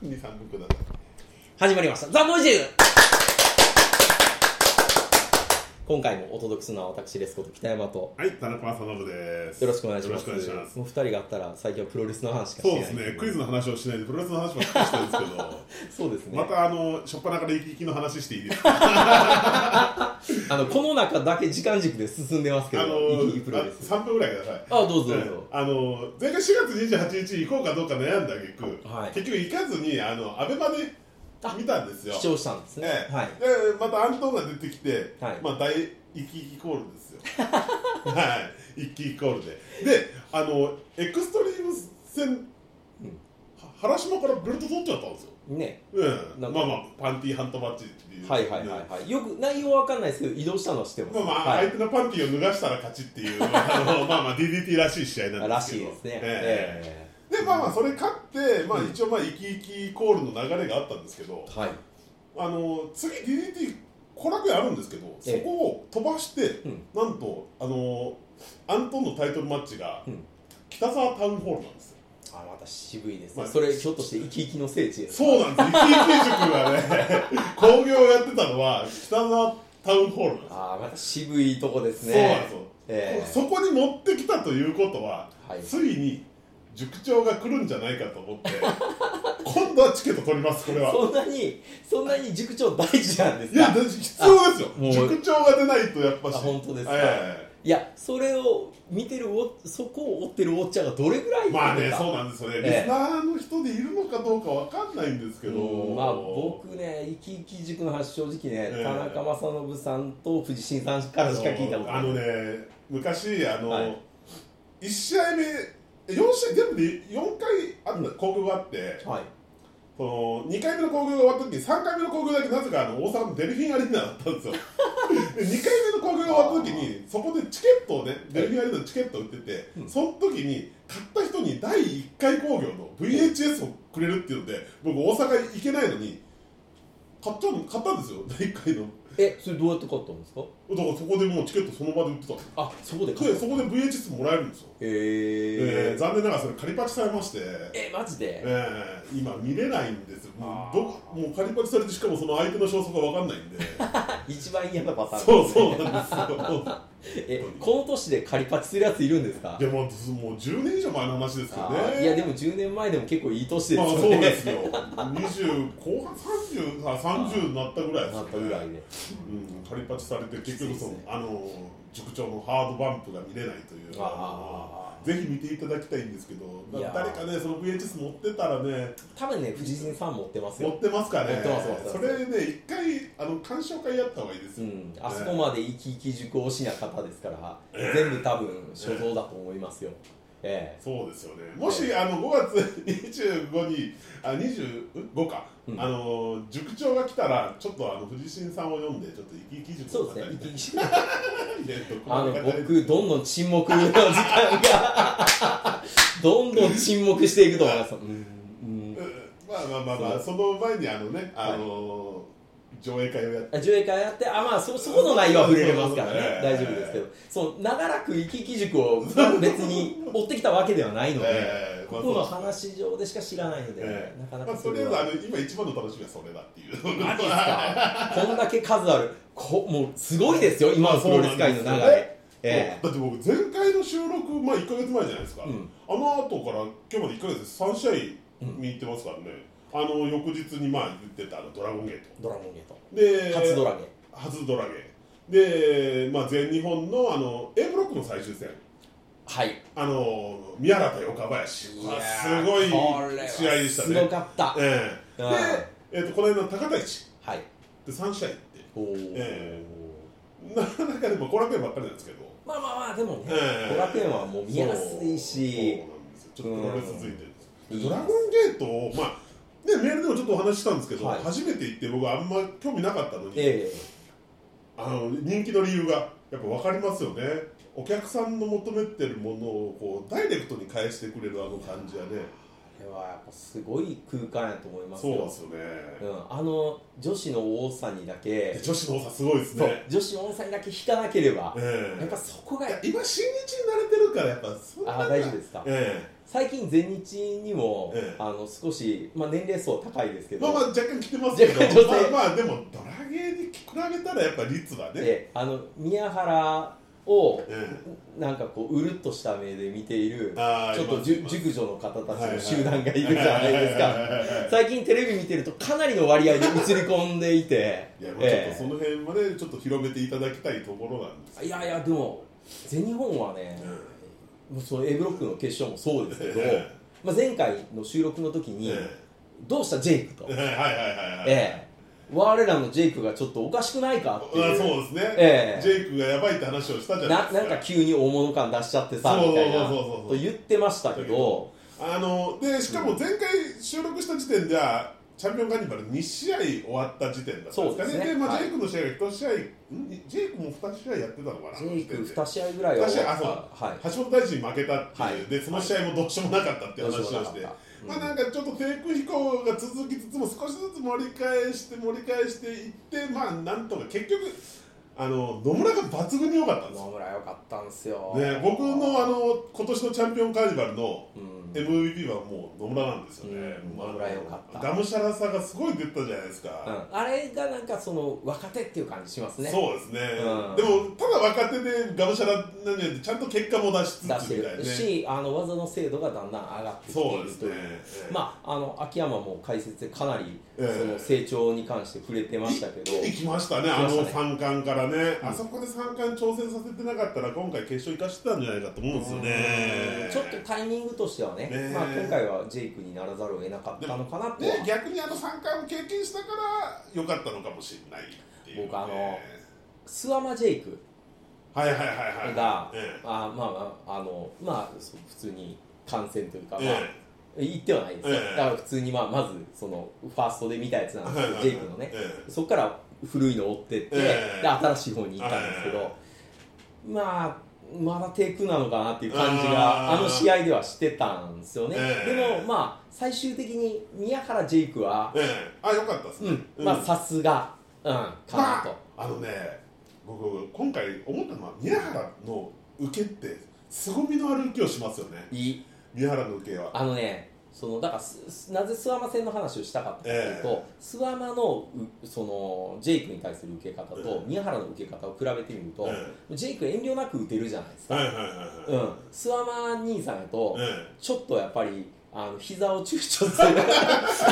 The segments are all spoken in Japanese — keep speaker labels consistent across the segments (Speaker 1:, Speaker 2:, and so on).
Speaker 1: 富士山んください
Speaker 2: 始まりました。ザ・ノイジー今回もお届けするのは私ですこと北山と、
Speaker 1: はい、田中正信です。
Speaker 2: よろしくお願いします。
Speaker 1: よろしくお願いします
Speaker 2: もう二人があったら最近はプロレスの話しかして
Speaker 1: そう
Speaker 2: ない。
Speaker 1: ですね、クイズの話をしないで、プロレスの話ばっかりしてるんですけ
Speaker 2: そうです
Speaker 1: ど、
Speaker 2: ね
Speaker 1: ま。た、あの、初っ端から生き生きの話していいです かあ
Speaker 2: あの、この中だけ時間軸で進んでますけ
Speaker 1: の、
Speaker 2: ど、
Speaker 1: あ
Speaker 2: イキイキプロレス。
Speaker 1: 3分ぐらいください。
Speaker 2: あ、どうぞどう
Speaker 1: うん
Speaker 2: ぞ。
Speaker 1: あの前回4月28日行こうかどうか悩んだ結局、
Speaker 2: はい
Speaker 1: 結局行かずにあのアベマで
Speaker 2: あ
Speaker 1: 見たんですよ
Speaker 2: 視聴したんですね。
Speaker 1: ええ
Speaker 2: はい。
Speaker 1: でまたアントンが出てきて、
Speaker 2: はい
Speaker 1: まあ大生き生きコールですよ はい一気イコールでであのエクストリーム戦、
Speaker 2: うん
Speaker 1: は原島からベルト取っちゃったんですよ
Speaker 2: ね。
Speaker 1: うん、
Speaker 2: な
Speaker 1: まあ
Speaker 2: ん
Speaker 1: ま
Speaker 2: か
Speaker 1: あパンティーハントマッチっていう、
Speaker 2: はいはいはいはい。よく内容はわかんないですけど、移動したのは知ってます。
Speaker 1: まあまあ、
Speaker 2: はい
Speaker 1: 相手のパンティーを脱がしたら勝ちって いう、あのまあまあ DDT らしい試合なん
Speaker 2: ら
Speaker 1: です
Speaker 2: し
Speaker 1: け
Speaker 2: い
Speaker 1: ど
Speaker 2: ですね。
Speaker 1: ええ
Speaker 2: え
Speaker 1: でまあまあそれ勝って、まあ、
Speaker 2: うん
Speaker 1: 一応まあ生き生きコールの流れがあったんですけど
Speaker 2: え、はい。
Speaker 1: あの次 DDT 後楽園あるんですけどそ
Speaker 2: ええ
Speaker 1: こを飛ばして、
Speaker 2: うん
Speaker 1: なんとあのアントンのタイトルマッチが、
Speaker 2: うん
Speaker 1: 北沢タウンホールなんですよ
Speaker 2: あ、また渋いです
Speaker 1: ま
Speaker 2: ね。
Speaker 1: あ
Speaker 2: それ、ひょっとして生き生きの聖地ですか。
Speaker 1: そうなんです生き生き塾がね興行をやってたのは北沢タウンホールなんですよ
Speaker 2: ああ、また渋いとこですね。
Speaker 1: そうなんですよ、
Speaker 2: ええ
Speaker 1: そこに持ってきたということは、
Speaker 2: はい
Speaker 1: ついに塾長が来るんじゃないかと思って 今度はチケット取りますこれは
Speaker 2: そんなに、そんなに塾長大事なんです
Speaker 1: いや、
Speaker 2: か
Speaker 1: だって必要ですよ
Speaker 2: あも。う
Speaker 1: 塾長が出ないとやっぱし。
Speaker 2: あ本当ですか
Speaker 1: え
Speaker 2: いや、それを見てるお、そこを追ってるおっちゃんがどれぐらいい
Speaker 1: え
Speaker 2: るのか
Speaker 1: まあね、そうなんですよね。
Speaker 2: ええ
Speaker 1: リスナーの人でいるのかどうかわかんないんですけど。
Speaker 2: うんまあ、僕ね、生き生き塾の発正直ね、
Speaker 1: ええ
Speaker 2: 田中正信さんと藤新さんからしか聞いたことない。
Speaker 1: あのね、昔、あの、
Speaker 2: はい
Speaker 1: 1試合目、4試合全部で4回あった、興行があって、
Speaker 2: はい。
Speaker 1: その2回目の興行が終わった時に3回目の興行だけなぜかあの大阪のデルフィンアリーナだったんですよで2回目の興行が終わった時にそこでチケットをねデルフィンアリーナのチケットを売ってて、
Speaker 2: うん
Speaker 1: その時に買った人に第1回興行の VHS をくれるっていうので僕大阪行けないのに買っちゃうの買ったんですよ第1回の
Speaker 2: え、それどうやって買ったんですか
Speaker 1: だからそこでもうチケットその場で売ってたんです
Speaker 2: あ、そこで
Speaker 1: でそこで VHS もらえるんですよ、
Speaker 2: え
Speaker 1: え
Speaker 2: ー、
Speaker 1: ー残念ながらそれ仮パチされまして
Speaker 2: え、マジで
Speaker 1: ええ今見れないんですよ、も
Speaker 2: あ
Speaker 1: う
Speaker 2: ー
Speaker 1: どもう仮パチされて、しかもその相手の消息が分かんない んで、
Speaker 2: 一番嫌なパターン
Speaker 1: そうそうなんですよ、
Speaker 2: え、この年で仮パチするやついるんですか
Speaker 1: いやもう、もう10年以上前の話ですよ
Speaker 2: あ
Speaker 1: ね、
Speaker 2: ーいや、でも10年前でも結構いい年です
Speaker 1: まあ
Speaker 2: よね。
Speaker 1: そうですよ、20後半30あ、30になったぐらいです
Speaker 2: な
Speaker 1: よ
Speaker 2: っ
Speaker 1: ね、
Speaker 2: たぐらいで。
Speaker 1: うん、仮パチされて、結
Speaker 2: きつい
Speaker 1: 局
Speaker 2: です
Speaker 1: その、
Speaker 2: ね
Speaker 1: あの塾長のハードバンプが見れないという。
Speaker 2: あー
Speaker 1: ぜひ見ていただきたいんですけど、
Speaker 2: いやー
Speaker 1: 誰かね、その VHS 持ってたらね、
Speaker 2: 多分ね、藤井さん持ってます
Speaker 1: 持
Speaker 2: よ
Speaker 1: っ。てますかね
Speaker 2: 持ってます持ってます
Speaker 1: それね一回あの鑑賞会やった方がいいです
Speaker 2: う
Speaker 1: よ、
Speaker 2: ん、あそこまで生き生き熟をしな方ですから、全部多分所蔵だと思いますよ。え
Speaker 1: そうですよねもし、あの5月25にあ25か、
Speaker 2: うん
Speaker 1: あの塾長が来たらちょっとあの藤新さんを読んでちょっと生き生き
Speaker 2: え
Speaker 1: 塾
Speaker 2: そうですね、生き生き。あの、
Speaker 1: 僕
Speaker 2: 僕、どんどん沈黙の時間が、 どんどん沈黙していくと思います。うんうん
Speaker 1: まあまあまあまあその前にあのねあの、上映会をやって
Speaker 2: あ上映会やって、あ、まあ、そ、そこの内容は触れれますからね、大丈夫ですけど、そう、長らく生き生き塾を別に追ってきたわけではないので、
Speaker 1: えーま
Speaker 2: こ
Speaker 1: あ
Speaker 2: この
Speaker 1: そう
Speaker 2: 話上でしか知らないので、
Speaker 1: ええ
Speaker 2: なかな
Speaker 1: まあ
Speaker 2: か
Speaker 1: とりあえずあの今一番の楽しみはそれだっていう
Speaker 2: マジっすか こんだけ数あるこもうすごいですよ今のプロレス界の流
Speaker 1: まあそうなんですよね
Speaker 2: れええ
Speaker 1: だって僕前回の収録、まあ、1か月前じゃないですか、
Speaker 2: うん
Speaker 1: あの後から今日まで1か月で3試合見に行ってますからね、あの翌日にまあ言ってたあのドラゴンゲート
Speaker 2: ドラゴンゲート
Speaker 1: で
Speaker 2: 初ドラゲ
Speaker 1: 初ドラゲーで、まあ、全日本のあの A ブロックの最終戦
Speaker 2: はい
Speaker 1: あの宮原対岡林まあすごい試合でした
Speaker 2: これはすご
Speaker 1: ね、
Speaker 2: かった
Speaker 1: ええ
Speaker 2: うん
Speaker 1: で、えっとこの間の高田市
Speaker 2: はい
Speaker 1: で3試合行って
Speaker 2: おお、
Speaker 1: えなかなかでも後楽園ばっかりなんですけど
Speaker 2: まあまあまあでもね
Speaker 1: ええ
Speaker 2: 後楽園はもう見やすいし
Speaker 1: そうそうなんですよちょっとプロレスついてる
Speaker 2: うん
Speaker 1: ドラゴンゲートをまあね、メールでもちょっとお話ししたんですけど、
Speaker 2: はい
Speaker 1: 初めて行って僕あんま興味なかったのに、
Speaker 2: え
Speaker 1: あの人気の理由がやっぱ分かりますよねお客さんの求めてるものをこうダイレクトに返してくれるあの感じはね
Speaker 2: えこれはやっぱすごい空間やと思います
Speaker 1: そうなん
Speaker 2: よ
Speaker 1: ですよね、
Speaker 2: うん、あの女子の多さにだけ、
Speaker 1: 女子の多さすごいです
Speaker 2: そう
Speaker 1: ね、
Speaker 2: 女子の多さにだけ引かなければ、
Speaker 1: ええ
Speaker 2: やっぱそこが
Speaker 1: いや今新日に慣れてるからやっぱそんな
Speaker 2: あー大丈夫ですか
Speaker 1: ええ
Speaker 2: 最近全日にも、
Speaker 1: ええ
Speaker 2: あの少し、まあ、年齢層高いですけど、
Speaker 1: まあまあ若干来てますけど
Speaker 2: 若干女性
Speaker 1: まあまあでもドラゲーに比べたらやっぱ率はね、
Speaker 2: であの宮原を
Speaker 1: え
Speaker 2: なんかこううるっとした目で見ている
Speaker 1: えあー
Speaker 2: ちょっと
Speaker 1: います
Speaker 2: じゅ
Speaker 1: います
Speaker 2: 熟女の方た
Speaker 1: はい
Speaker 2: ち
Speaker 1: は
Speaker 2: の
Speaker 1: い
Speaker 2: 集団がいるじゃないで す
Speaker 1: はは
Speaker 2: か
Speaker 1: いはいはい
Speaker 2: 最近テレビ見てるとかなりの割合で映り込んでいて
Speaker 1: いやまあちょっ
Speaker 2: え
Speaker 1: とその辺までちょっと広めていただきたいところなんです
Speaker 2: えいやいやでも全日本はね、もうその A ブロックの決勝もそうですけど、
Speaker 1: ええ
Speaker 2: まあ、前回の収録の時に、
Speaker 1: え
Speaker 2: どうしたジェイクと
Speaker 1: え、はいはいはいはい、
Speaker 2: ええ、我らのジェイクがちょっとおかしくないかって
Speaker 1: あ
Speaker 2: いう
Speaker 1: そうですね、
Speaker 2: ええ
Speaker 1: ジェイクがやばいって話をしたじゃない
Speaker 2: な
Speaker 1: ですか
Speaker 2: なんか急に大物感出しちゃってさ
Speaker 1: そう
Speaker 2: みたいな
Speaker 1: そうそうそうそう
Speaker 2: と言ってましたけど
Speaker 1: あのでしかも前回収録した時点ではチャンピオンカーニバル2試合終わった時点だったんですかね
Speaker 2: そうですね
Speaker 1: でまあ
Speaker 2: はい
Speaker 1: ジェイクの試合が1試合、んジェイクも2試合やってたのかな
Speaker 2: ジェイク
Speaker 1: 2
Speaker 2: 2試合ぐらい
Speaker 1: 試合あ
Speaker 2: たはい
Speaker 1: そう、橋本大臣負けたっていう、
Speaker 2: はい
Speaker 1: でその試合もどうしようもなかったっていう話をして、
Speaker 2: どうしようもなかったうん
Speaker 1: まあなんかちょっと低空飛行が続きつつも少しずつ盛り返して盛り返していってまあなんとか結局あの野村が抜群に良かったんです
Speaker 2: 野
Speaker 1: よ、
Speaker 2: 村良かったんですよ
Speaker 1: ね、僕のあの今年のチャンピオンカーニバルの
Speaker 2: うん
Speaker 1: MVP はもう野村なんですよね、
Speaker 2: うん
Speaker 1: もうあの
Speaker 2: 野村よかった
Speaker 1: がむしゃらさがすごい出たじゃないです
Speaker 2: う
Speaker 1: か、
Speaker 2: んあれがなんかその若手っていう感じしますね
Speaker 1: そうですね、
Speaker 2: うん
Speaker 1: でもただ若手でがむしゃらなんじゃなくてちゃんと結果も出しつつみ
Speaker 2: 出
Speaker 1: たい
Speaker 2: して
Speaker 1: な
Speaker 2: る
Speaker 1: ね
Speaker 2: しあの技の精度がだんだん上がってきて
Speaker 1: そう
Speaker 2: い
Speaker 1: で
Speaker 2: る
Speaker 1: す
Speaker 2: とい
Speaker 1: ね
Speaker 2: う、まああの秋山も解説でかなりそ
Speaker 1: ええ
Speaker 2: の成長に関して触れてましたけど
Speaker 1: 一気に来ましたね、
Speaker 2: 来
Speaker 1: あ
Speaker 2: ました
Speaker 1: の
Speaker 2: ね
Speaker 1: 三冠からね、あそこで三冠挑戦させてなかったら、今回決勝行かしてたんじゃないかと思うんですよね。
Speaker 2: ちょっとタイミングとしてはね、
Speaker 1: ね
Speaker 2: まあ、今回はジェイクにならざるを得なかったのかなとは
Speaker 1: で、逆にあの三冠を経験したから、良かったのかもしれないっていう、ね。
Speaker 2: 僕あのスワマジェイク
Speaker 1: はいはいはいはい。
Speaker 2: が、
Speaker 1: え
Speaker 2: あまあまああのまあそう普通に感染というか、
Speaker 1: え
Speaker 2: まあ、言ってはないですよ、
Speaker 1: ええ
Speaker 2: だから普通に、まあ、まずそのファーストで見たやつなんですけどジェイクのね、
Speaker 1: ええ
Speaker 2: そこから古いのを追ってって、
Speaker 1: ええ
Speaker 2: で新しい方に行ったんですけど、
Speaker 1: はい
Speaker 2: まあまだ低空なのかなっていう感じ
Speaker 1: あ
Speaker 2: が
Speaker 1: ー
Speaker 2: あの試合ではしてたんですよね、
Speaker 1: ええ
Speaker 2: でもまあ最終的に宮原ジェイクは
Speaker 1: ええあ、良かったですね。
Speaker 2: うん、まあさすが、うん、かなと、
Speaker 1: あのね僕今回思ったのは宮原の受けって凄みのある受けをしますよね
Speaker 2: いい
Speaker 1: 宮原の受けは
Speaker 2: あのねそのだからすすなぜ諏訪間戦の話をしたかったかというと、諏訪間のうそのジェイクに対する受け方と
Speaker 1: え
Speaker 2: 宮原の受け方を比べてみると、
Speaker 1: え
Speaker 2: ジェイク遠慮なく打てるじゃないです
Speaker 1: え
Speaker 2: か、
Speaker 1: はいはいはい
Speaker 2: うん
Speaker 1: は
Speaker 2: 諏訪間兄さんやと、
Speaker 1: いえ
Speaker 2: ちょっとやっぱりあの膝を躊躇する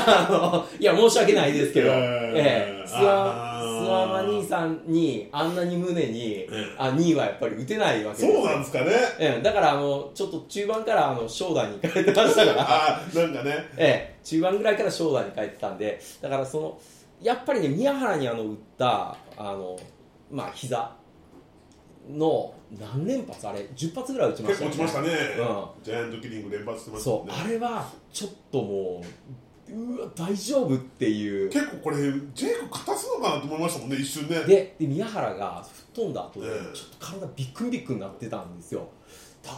Speaker 2: あのいや申し訳ないですけど、
Speaker 1: え
Speaker 2: ええ
Speaker 1: え
Speaker 2: 諏訪
Speaker 1: あー
Speaker 2: 諏訪間兄さんにあんなに胸に、
Speaker 1: え
Speaker 2: あ兄はやっぱり打てないわ
Speaker 1: え
Speaker 2: けです
Speaker 1: そうなんですかね
Speaker 2: ええ、だからあのちょっと中盤からあの正代に変えてました から、
Speaker 1: あなんかね
Speaker 2: ええ、中盤ぐらいから正代に変えてたんでだからそのやっぱりね宮原にあの打ったあのまあ膝の何連発あれ10発ぐらい打ちまし
Speaker 1: 結
Speaker 2: た
Speaker 1: 構
Speaker 2: よ
Speaker 1: 打ちましたね、
Speaker 2: う
Speaker 1: ジャイアントキリング連発してました
Speaker 2: そう
Speaker 1: ね
Speaker 2: あれはちょっともううわ大丈夫っていう
Speaker 1: 結構これジェイク勝たすのかなと思いましたもんね一瞬ね
Speaker 2: でで宮原が吹っ飛んだ後で、
Speaker 1: うん
Speaker 2: ちょっと体ビックンビックンなってたんですよだ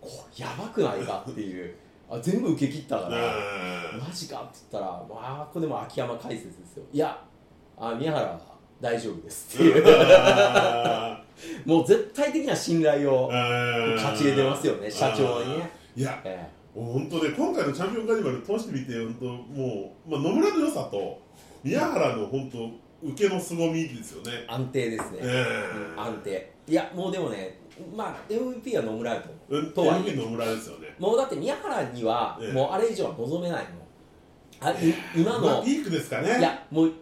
Speaker 2: これやばくないかっていうあ全部受け切ったから、
Speaker 1: え
Speaker 2: マジかって言ったら、まあ、これも秋山解説ですよ。いや、あ宮原は大丈夫ですって
Speaker 1: え
Speaker 2: いう、
Speaker 1: あ
Speaker 2: もう絶対的な信頼を
Speaker 1: ー
Speaker 2: 勝ち得てますよね、社長にね。
Speaker 1: いや
Speaker 2: え
Speaker 1: 本当ね、今回のチャンピオンカーニバル通してみて、本当もう、まあ、野村の良さと、宮原の本当、受けの凄みですよね
Speaker 2: え。安定ですね、
Speaker 1: え
Speaker 2: うん安定。いや、もうでもね、まあ、MVP は野村やと思
Speaker 1: えうん、
Speaker 2: とはいえ
Speaker 1: 手抜き野村ですよね。
Speaker 2: う。もうだって宮原には
Speaker 1: ええ、
Speaker 2: もうあれ以上は望めないもん。あい今
Speaker 1: まあ
Speaker 2: の、
Speaker 1: ピークですかね。
Speaker 2: いや、もう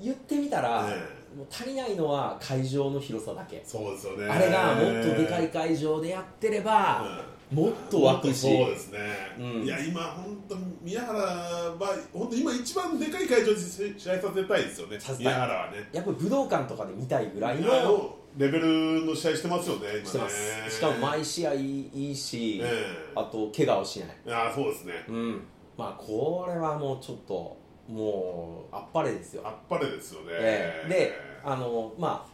Speaker 2: 言ってみたら、
Speaker 1: え
Speaker 2: もう足りないのは会場の広さだけ。
Speaker 1: そうですよね。
Speaker 2: あれがもっとでかい会場でやってれば、もっ
Speaker 1: うん
Speaker 2: と湧くし、
Speaker 1: そうですね。
Speaker 2: うん
Speaker 1: いや、今、本当、宮原は、本当、今、一番でかい会場で試試合させたいですよね
Speaker 2: させた、い
Speaker 1: 宮原はね。
Speaker 2: やっぱり武道館とかで見たいぐらい
Speaker 1: 宮原
Speaker 2: の
Speaker 1: のレベルの試合してますよね、今ね。
Speaker 2: してます。しかも毎試合いいし、
Speaker 1: ええ
Speaker 2: あと怪我をしない。
Speaker 1: ああ、そうですね。
Speaker 2: うん。まあこれはもうちょっともうあっぱれですよ。
Speaker 1: あっぱれですよね。
Speaker 2: ええで、あのま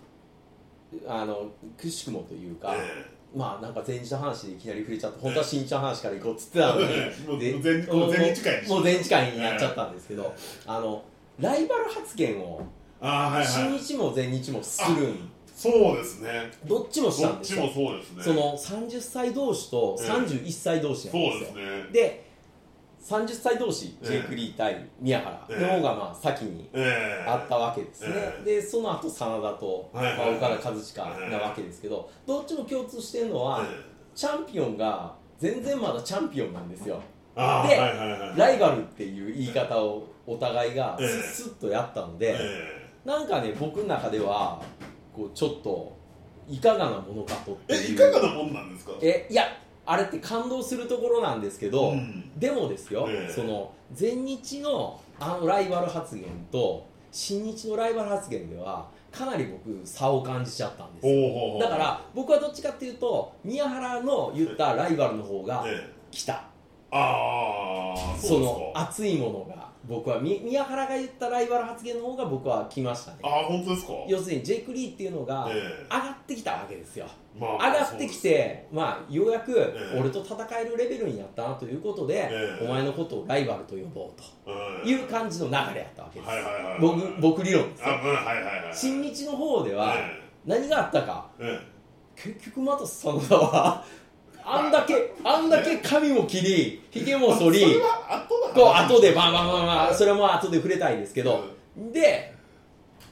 Speaker 2: ああのくしくもというか、
Speaker 1: え
Speaker 2: まあなんか前日の話でいきなり触れちゃって、本当は新日の話から行こうっつってたのに
Speaker 1: ええ もう、
Speaker 2: で
Speaker 1: もう前もう前日会に
Speaker 2: もう前日会になっちゃったんですけど、あのライバル発言を
Speaker 1: ああ、はいはい。
Speaker 2: 新日も前日もするんです
Speaker 1: そうですね
Speaker 2: どっちもした
Speaker 1: ど
Speaker 2: ん
Speaker 1: っ
Speaker 2: です
Speaker 1: ち
Speaker 2: よ
Speaker 1: もそうですね
Speaker 2: その30歳同士と31歳同士
Speaker 1: そ
Speaker 2: な
Speaker 1: うん
Speaker 2: です
Speaker 1: で
Speaker 2: よ
Speaker 1: す、ね
Speaker 2: で30歳同士
Speaker 1: ええ
Speaker 2: ジェイク・リー対宮原
Speaker 1: ええ
Speaker 2: の方がまあ先に
Speaker 1: ええ
Speaker 2: あったわけですね、
Speaker 1: ええ
Speaker 2: でその後真田と、ま
Speaker 1: はいはい
Speaker 2: あ、
Speaker 1: はい
Speaker 2: 岡田和親なわけですけど、どっちも共通してるのは、
Speaker 1: ええ
Speaker 2: チャンピオンが全然まだチャンピオンなんですよ
Speaker 1: ああ
Speaker 2: で
Speaker 1: はいはいはい
Speaker 2: ライバルっていう言い方をお互いがスッスッとやったので、
Speaker 1: え
Speaker 2: なんかね僕の中ではこうちょっといかがなものかとって
Speaker 1: え
Speaker 2: い
Speaker 1: え
Speaker 2: う
Speaker 1: いかがなもんなんですか
Speaker 2: えいやあれって感動するところなんですけど、
Speaker 1: うん
Speaker 2: でもですよ、
Speaker 1: ええ
Speaker 2: その前日のあのライバル発言と新日のライバル発言ではかなり僕差を感じちゃったんです
Speaker 1: ほうほ
Speaker 2: よ
Speaker 1: うほう
Speaker 2: だから僕はどっちかっていうと宮原の言ったライバルの方が
Speaker 1: ええ
Speaker 2: 来た、
Speaker 1: ああ
Speaker 2: そ
Speaker 1: そうです
Speaker 2: の
Speaker 1: か
Speaker 2: 熱いものが僕はみ宮原が言ったライバル発言の方が僕は来ましたね
Speaker 1: ああ本当ですか
Speaker 2: 要するにジェイク・リーっていうのが上
Speaker 1: ええ
Speaker 2: がってきたわけですよ
Speaker 1: まあ
Speaker 2: 上がっ
Speaker 1: そ
Speaker 2: てき
Speaker 1: うです
Speaker 2: て、まあ、ようやく
Speaker 1: え
Speaker 2: 俺と戦えるレベルになったなということで、
Speaker 1: ええ
Speaker 2: お前のことをライバルと呼ぼうと
Speaker 1: ええ
Speaker 2: いう感じの流れやったわけです、
Speaker 1: はいはいはい
Speaker 2: 僕僕理論です
Speaker 1: あ
Speaker 2: よ
Speaker 1: うんはいはいはい
Speaker 2: 新日の方では
Speaker 1: え
Speaker 2: 何があったか
Speaker 1: ええ
Speaker 2: 結局また真田はあんだけあんだけ髪も切りひげも
Speaker 1: え
Speaker 2: 剃り
Speaker 1: それは後
Speaker 2: こう
Speaker 1: の話
Speaker 2: 後でまあまあまあまあそれも後で触れたいですけど、で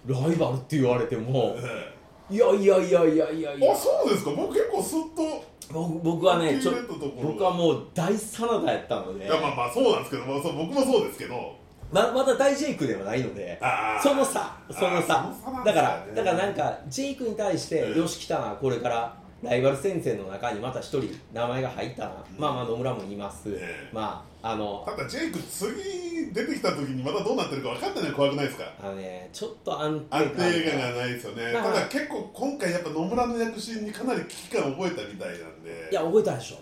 Speaker 2: ライバルって言われても
Speaker 1: え
Speaker 2: いやいやいやいやいやい
Speaker 1: え
Speaker 2: や
Speaker 1: あそうですか僕結構すっと
Speaker 2: 僕僕はねちょ
Speaker 1: 受け入れたところが
Speaker 2: 僕はもう大真田やったので
Speaker 1: いやまあまあそうなんですけど、まあ、そう僕もそうですけど
Speaker 2: ままだ大ジェイクではないので
Speaker 1: あー
Speaker 2: その差
Speaker 1: あー
Speaker 2: その差
Speaker 1: その差なんです
Speaker 2: だか
Speaker 1: よ
Speaker 2: ら
Speaker 1: ね
Speaker 2: だからなんかジェイクに対して、
Speaker 1: うん
Speaker 2: よし来たなこれからライバル先生の中にまた一人名前が入ったな、まあまあ野村もいます、
Speaker 1: ええ
Speaker 2: まああの
Speaker 1: ただジェイク次出てきた時にまたどうなってるか分かんないの怖くないですか
Speaker 2: あのねちょっと安定
Speaker 1: 安
Speaker 2: 感が
Speaker 1: 定感がないですよね
Speaker 2: だ
Speaker 1: た
Speaker 2: から
Speaker 1: だ結構今回やっぱ野村の躍進にかなり危機感を覚えたみたいなんで
Speaker 2: いや覚えたでしょ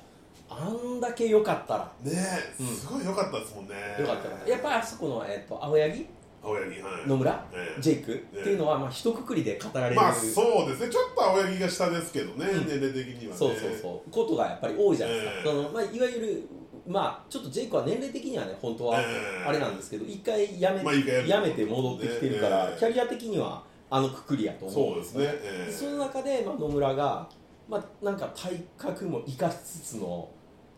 Speaker 2: あんだけ良かったら
Speaker 1: ねえすごい良かったですもんね、
Speaker 2: 良かったらやっぱりあそこの、えっと青柳
Speaker 1: 青柳はい
Speaker 2: 野村、
Speaker 1: ええ
Speaker 2: ジェイク、っていうのはまあ一括りで語られる、
Speaker 1: まあそうですねちょっと青柳が下ですけどね、年齢的にはね
Speaker 2: そうそうそうことがやっぱり多いじゃないですか、
Speaker 1: ええ
Speaker 2: そのまあ、いわゆる、まあ、ちょっとジェイクは年齢的にはね本当は
Speaker 1: ええ
Speaker 2: あれなんですけど一回やめ,、
Speaker 1: まあ一回やめ
Speaker 2: やめて戻ってきてるから、
Speaker 1: ええ
Speaker 2: キャリア的にはあのくくりやと思
Speaker 1: そううですね、ええ
Speaker 2: その中で、まあ、野村が、まあ、なんか体格も生かしつつの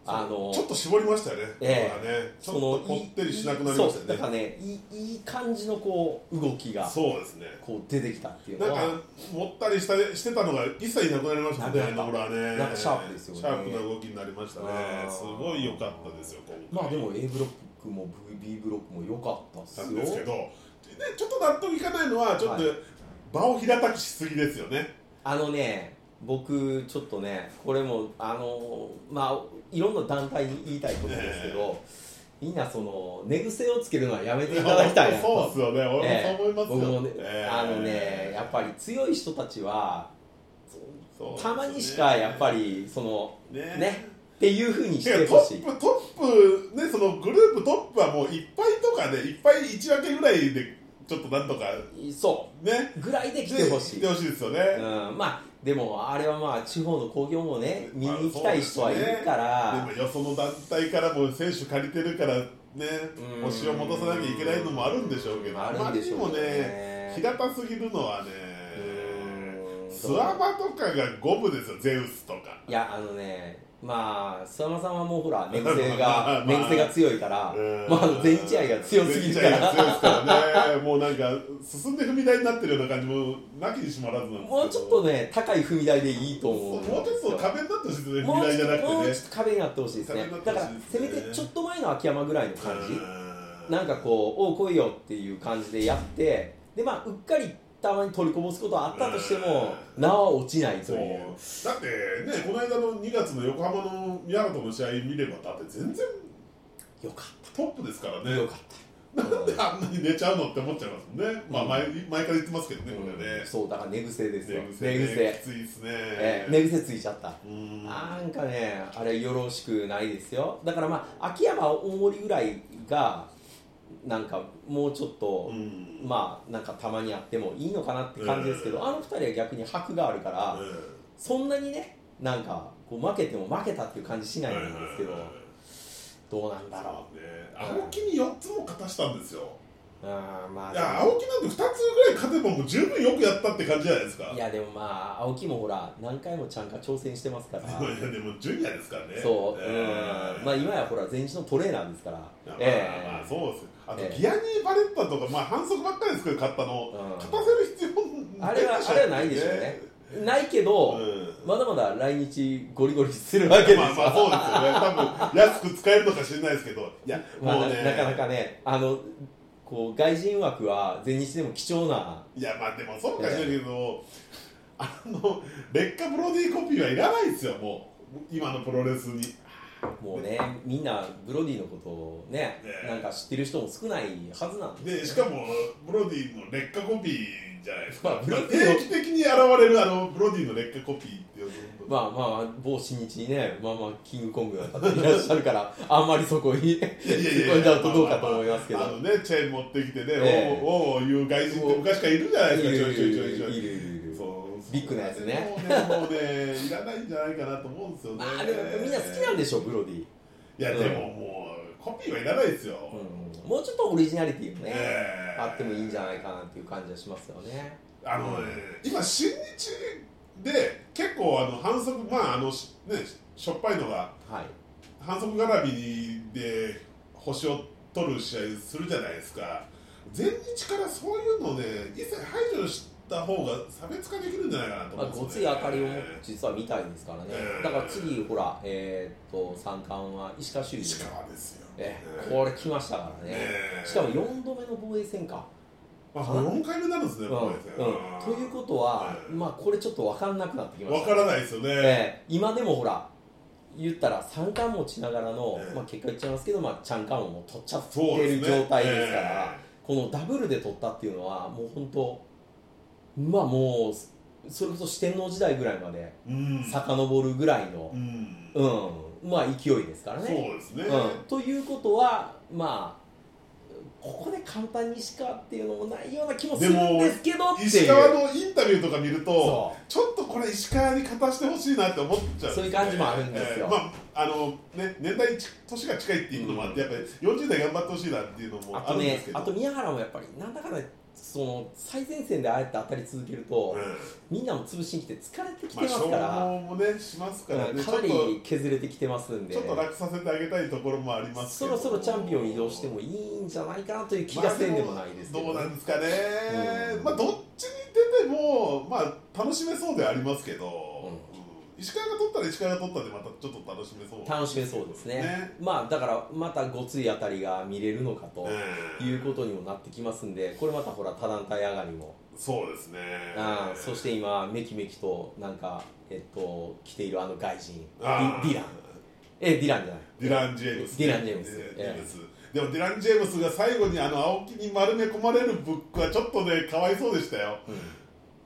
Speaker 2: あの
Speaker 1: ちょっと絞りましたよね、
Speaker 2: え
Speaker 1: ここがねちょっとこってりしなくなりまし
Speaker 2: そう
Speaker 1: た
Speaker 2: だ
Speaker 1: よ
Speaker 2: から
Speaker 1: ね
Speaker 2: ねいいいい感じのこう動きが
Speaker 1: そうですね
Speaker 2: こう出てきたっていう
Speaker 1: な
Speaker 2: の
Speaker 1: ん
Speaker 2: は
Speaker 1: かもったりしたしてたのが一切なくなりましたね
Speaker 2: なくなった
Speaker 1: 野村はね
Speaker 2: なんかシャープですよね
Speaker 1: シャープな動きになりましたね
Speaker 2: うん
Speaker 1: すごい良かったですよ今
Speaker 2: まあ
Speaker 1: 回
Speaker 2: でも A ブロックも B ブロックも良かったっす
Speaker 1: な
Speaker 2: よ
Speaker 1: んですけどでちょっと納得いかないのはちょっと
Speaker 2: は
Speaker 1: 場を平たくしすぎですよね
Speaker 2: あのね、僕、ちょっとね、これも、あのまあ、いろんな団体に言いたいことですけど、みんな、その、寝癖をつけるのはやめていただきたい な
Speaker 1: そうっ
Speaker 2: と
Speaker 1: す。よね
Speaker 2: ええ
Speaker 1: 俺もそう
Speaker 2: 僕も
Speaker 1: 思いま
Speaker 2: ね
Speaker 1: すよ、ええ
Speaker 2: あのね、やっぱり強い人たちは、
Speaker 1: そうですね
Speaker 2: たまにしかやっぱり、その、
Speaker 1: ね
Speaker 2: ね、っていうふうに
Speaker 1: い
Speaker 2: し
Speaker 1: や
Speaker 2: て
Speaker 1: ト
Speaker 2: ほしい
Speaker 1: ッ。プトップねそのグループトップはもういっぱいとかでいっぱい1分けぐらいでちょっとなんとか
Speaker 2: そ
Speaker 1: ね
Speaker 2: う、ぐらいで来てほ
Speaker 1: 来
Speaker 2: しい
Speaker 1: て。ほしいですよね、
Speaker 2: うん、まあでもあれはまあ地方の興行もね見に行きたい人はいる
Speaker 1: で
Speaker 2: から、
Speaker 1: もよその団体からも選手借りてるからね
Speaker 2: うん
Speaker 1: 星を戻さなきゃいけないのもあるんでしょうけど
Speaker 2: あるんでしょう
Speaker 1: あまりにも
Speaker 2: ね
Speaker 1: ね平たすぎるのはね
Speaker 2: うん
Speaker 1: スワバとかが五分ですよゼウスとか
Speaker 2: いやあのねまあ諏訪間さんはもうほら寝 癖
Speaker 1: まあま
Speaker 2: が
Speaker 1: あ
Speaker 2: 寝癖が強いから
Speaker 1: うん
Speaker 2: まああの全日愛が強すぎるか
Speaker 1: 全日愛が強いですか
Speaker 2: ら
Speaker 1: らねもうなんか進んで踏み台になってるような感じもなきにしもあらずなんですけど
Speaker 2: もうちょっとね高い踏み台でいいと
Speaker 1: そう
Speaker 2: 思う
Speaker 1: も
Speaker 2: ん
Speaker 1: う
Speaker 2: ですよ
Speaker 1: ちょっと壁になってほしいですね踏
Speaker 2: も
Speaker 1: み
Speaker 2: う
Speaker 1: 台
Speaker 2: ち
Speaker 1: じ
Speaker 2: ょ
Speaker 1: ゃ
Speaker 2: っ
Speaker 1: な
Speaker 2: とも
Speaker 1: くてね
Speaker 2: うちょっと壁になってほしいですね
Speaker 1: 壁にな
Speaker 2: だ
Speaker 1: って
Speaker 2: か
Speaker 1: ほし
Speaker 2: ら
Speaker 1: いです
Speaker 2: せ
Speaker 1: ね
Speaker 2: めてちょっと前の秋山ぐらいの感じ
Speaker 1: うん
Speaker 2: なんかこう、おう来いよっていう感じでやって、でまあ、うっかりたまに取りこぼすことはあったとしても、名は落ちないと
Speaker 1: そう
Speaker 2: いう、
Speaker 1: だってねこの間の2月の横浜の宮原との試合見ればだって全然
Speaker 2: よかっ
Speaker 1: トップですから
Speaker 2: た、よ
Speaker 1: ね
Speaker 2: かっ
Speaker 1: な
Speaker 2: た。
Speaker 1: んであんなに寝ちゃうのって思っちゃいますもんね、まあ前前から言ってますけどねこれね
Speaker 2: うんそうだから寝癖ですよ、寝癖、
Speaker 1: 寝癖ねきついですね、
Speaker 2: ええ寝癖ついちゃった。
Speaker 1: うーん
Speaker 2: なんかね、あれ、よろしくないですよ、だからまあ、秋山、大森ぐらいが、なんかもうちょっと、
Speaker 1: うん
Speaker 2: まあ、なんかたまにやってもいいのかなって感じですけど、
Speaker 1: うん
Speaker 2: あの二人は逆に箔があるから。そんなにねなんかこう負けても負けたっていう感じしないんですけど、どうなんだろ
Speaker 1: そうねあの君4つも勝たしたんですよ
Speaker 2: う、あーまあ
Speaker 1: い
Speaker 2: でも
Speaker 1: や青木なんて2つぐらい勝てばもう十分よくやったって感じじゃないですか
Speaker 2: いやでもまあ青木もほら何回もちゃんか挑戦してますから
Speaker 1: でもいやでもジュニアですからね
Speaker 2: そう、
Speaker 1: え
Speaker 2: うんまあ今やほら全身のトレーナーですから
Speaker 1: まあ、まあ
Speaker 2: ええ
Speaker 1: そうですよあと、
Speaker 2: ええ
Speaker 1: ギアニー・バレッタとか、まあ、反則ばっかりですけど勝ったの、
Speaker 2: うん
Speaker 1: 勝たせる必要
Speaker 2: あれはあれはないでしょうねないけど、
Speaker 1: うん
Speaker 2: まだまだ来日ゴリゴリするわけですよ、
Speaker 1: まあまあそうですよね多分安く使えるのか知らないですけどいや
Speaker 2: まあ
Speaker 1: もうね、
Speaker 2: ななかなかねあのこう外人枠は全日でも貴重ない
Speaker 1: やまあでもそうかしらんけど、あの劣化プロディーコピーはいらないですよもう今のプロレスに
Speaker 2: もうねみんなブロディのことをね
Speaker 1: ねえ
Speaker 2: なんか知ってる人も少ないはずなん
Speaker 1: で
Speaker 2: で
Speaker 1: し
Speaker 2: す
Speaker 1: かもブロディの劣化コピーじゃないですか、
Speaker 2: まあブロディの
Speaker 1: 定期的に現れるあのブロディの劣化コピーっていうの
Speaker 2: まあまあ某新日にねまあまあキングコングがいらっしゃるから あんまりそこに
Speaker 1: いやいやいや
Speaker 2: 突っ込んじゃうとどうかと思いますけど
Speaker 1: あのねチェーン持ってきてね、
Speaker 2: ええ
Speaker 1: おうおういう外人って昔からいるじゃない
Speaker 2: いる
Speaker 1: ですかちょい
Speaker 2: い
Speaker 1: ちょい
Speaker 2: るい
Speaker 1: ちょいちょ
Speaker 2: る
Speaker 1: い
Speaker 2: いるいる
Speaker 1: そう
Speaker 2: ビッグなやつね
Speaker 1: もうねもうねいらないんじゃないかなと思うんですよね
Speaker 2: まあでもみんな好きなんでしょブロディ、
Speaker 1: いやでももうコピーはいらないですよ、
Speaker 2: うん、もうちょっとオリジナリティもね、
Speaker 1: ええ
Speaker 2: あってもいいんじゃないかなっていう感じはしますよね
Speaker 1: あのね、今新日で結構あの反則まああのしねしょっぱいのが
Speaker 2: はい
Speaker 1: 反則絡みで星を取る試合するじゃないですか前日からそういうのをね一切排除した方が差別化できるんじゃないかなと
Speaker 2: まあ、
Speaker 1: 思うん
Speaker 2: ご
Speaker 1: です
Speaker 2: つ
Speaker 1: よ
Speaker 2: い
Speaker 1: ね、
Speaker 2: 明かりを実は見たいですからね、
Speaker 1: えー
Speaker 2: だから次、ほら、えーっと三冠は石川修司
Speaker 1: 石、川ですよ、
Speaker 2: え
Speaker 1: え
Speaker 2: ーこれ来ましたからね、
Speaker 1: ええ
Speaker 2: しかも4度目の防衛戦か。
Speaker 1: まあ、4回目なんですね、
Speaker 2: うん
Speaker 1: こ
Speaker 2: うん、ということは、
Speaker 1: ええ
Speaker 2: まあ、これちょっと分かんなくなってきまし
Speaker 1: 分
Speaker 2: た、
Speaker 1: からないですよね、
Speaker 2: えー今でもほら、言ったら三冠持ちながらの、
Speaker 1: ええ
Speaker 2: まあ、結果言っちゃいますけど、まあ、ちゃんかんをもう取っちゃって
Speaker 1: そうで
Speaker 2: る
Speaker 1: すね
Speaker 2: 状態ですから。
Speaker 1: ええ
Speaker 2: このダブルで取ったっていうのはもう本当まあもうそれこそ四天王時代ぐらいまで
Speaker 1: うん
Speaker 2: 遡るぐらいの
Speaker 1: う、ん
Speaker 2: うんまあ勢いですから
Speaker 1: そう
Speaker 2: ね。
Speaker 1: ですね、
Speaker 2: うん、ということはまあここで簡単に石川っていうのもないような気もするんですけどっていう
Speaker 1: 石川のインタビューとか見ると
Speaker 2: そ
Speaker 1: ちょっとこれ石川に勝たしてほしいなって思っちゃうんですね
Speaker 2: そういう感じもあるんですよ
Speaker 1: えーまああのね年代ち年が近いっていうのもあって、やっぱり40代頑張ってほしいなっていうの
Speaker 2: うあ
Speaker 1: もあ
Speaker 2: と
Speaker 1: るんで
Speaker 2: ね
Speaker 1: すけど
Speaker 2: あと宮原もやっぱりなんだかんだその最前線でああやって当たり続けると、
Speaker 1: うん
Speaker 2: みんなも潰しに来て疲れてきて
Speaker 1: まあ
Speaker 2: ます
Speaker 1: 消
Speaker 2: から、
Speaker 1: 耗もねしますから
Speaker 2: うん
Speaker 1: ね
Speaker 2: か
Speaker 1: ちょ
Speaker 2: な
Speaker 1: っと
Speaker 2: り削れてきてますんで
Speaker 1: ちょっと楽させてあげたいところもあります
Speaker 2: そ
Speaker 1: けど
Speaker 2: ろそろチャンピオン移動してもいいんじゃないかなという気がせんでもないですけど、
Speaker 1: まあどうなんですかね、
Speaker 2: うん
Speaker 1: まあどっちに出てもまあ楽しめそうではありますけど、うん石川が取ったら石川が取ったでまたちょっと楽しめそう
Speaker 2: 楽しめそうですねまあだからまたごついあたりが見れるのかと
Speaker 1: ええ
Speaker 2: いうことにもなってきますんでこれまたほら多団体上がりも、
Speaker 1: そうですね
Speaker 2: ああそして今めきめきとなんかえっと来ているあの外人デ
Speaker 1: あ
Speaker 2: ィ
Speaker 1: あ
Speaker 2: ディランえディランじゃない
Speaker 1: ディラン・ジェームス、
Speaker 2: ディランジェームス
Speaker 1: ディラン
Speaker 2: ええ
Speaker 1: ジェームスでもディラン・ジェームスが最後にあの青木に丸め込まれるブックはちょっとねかわいそうでしたよ
Speaker 2: うん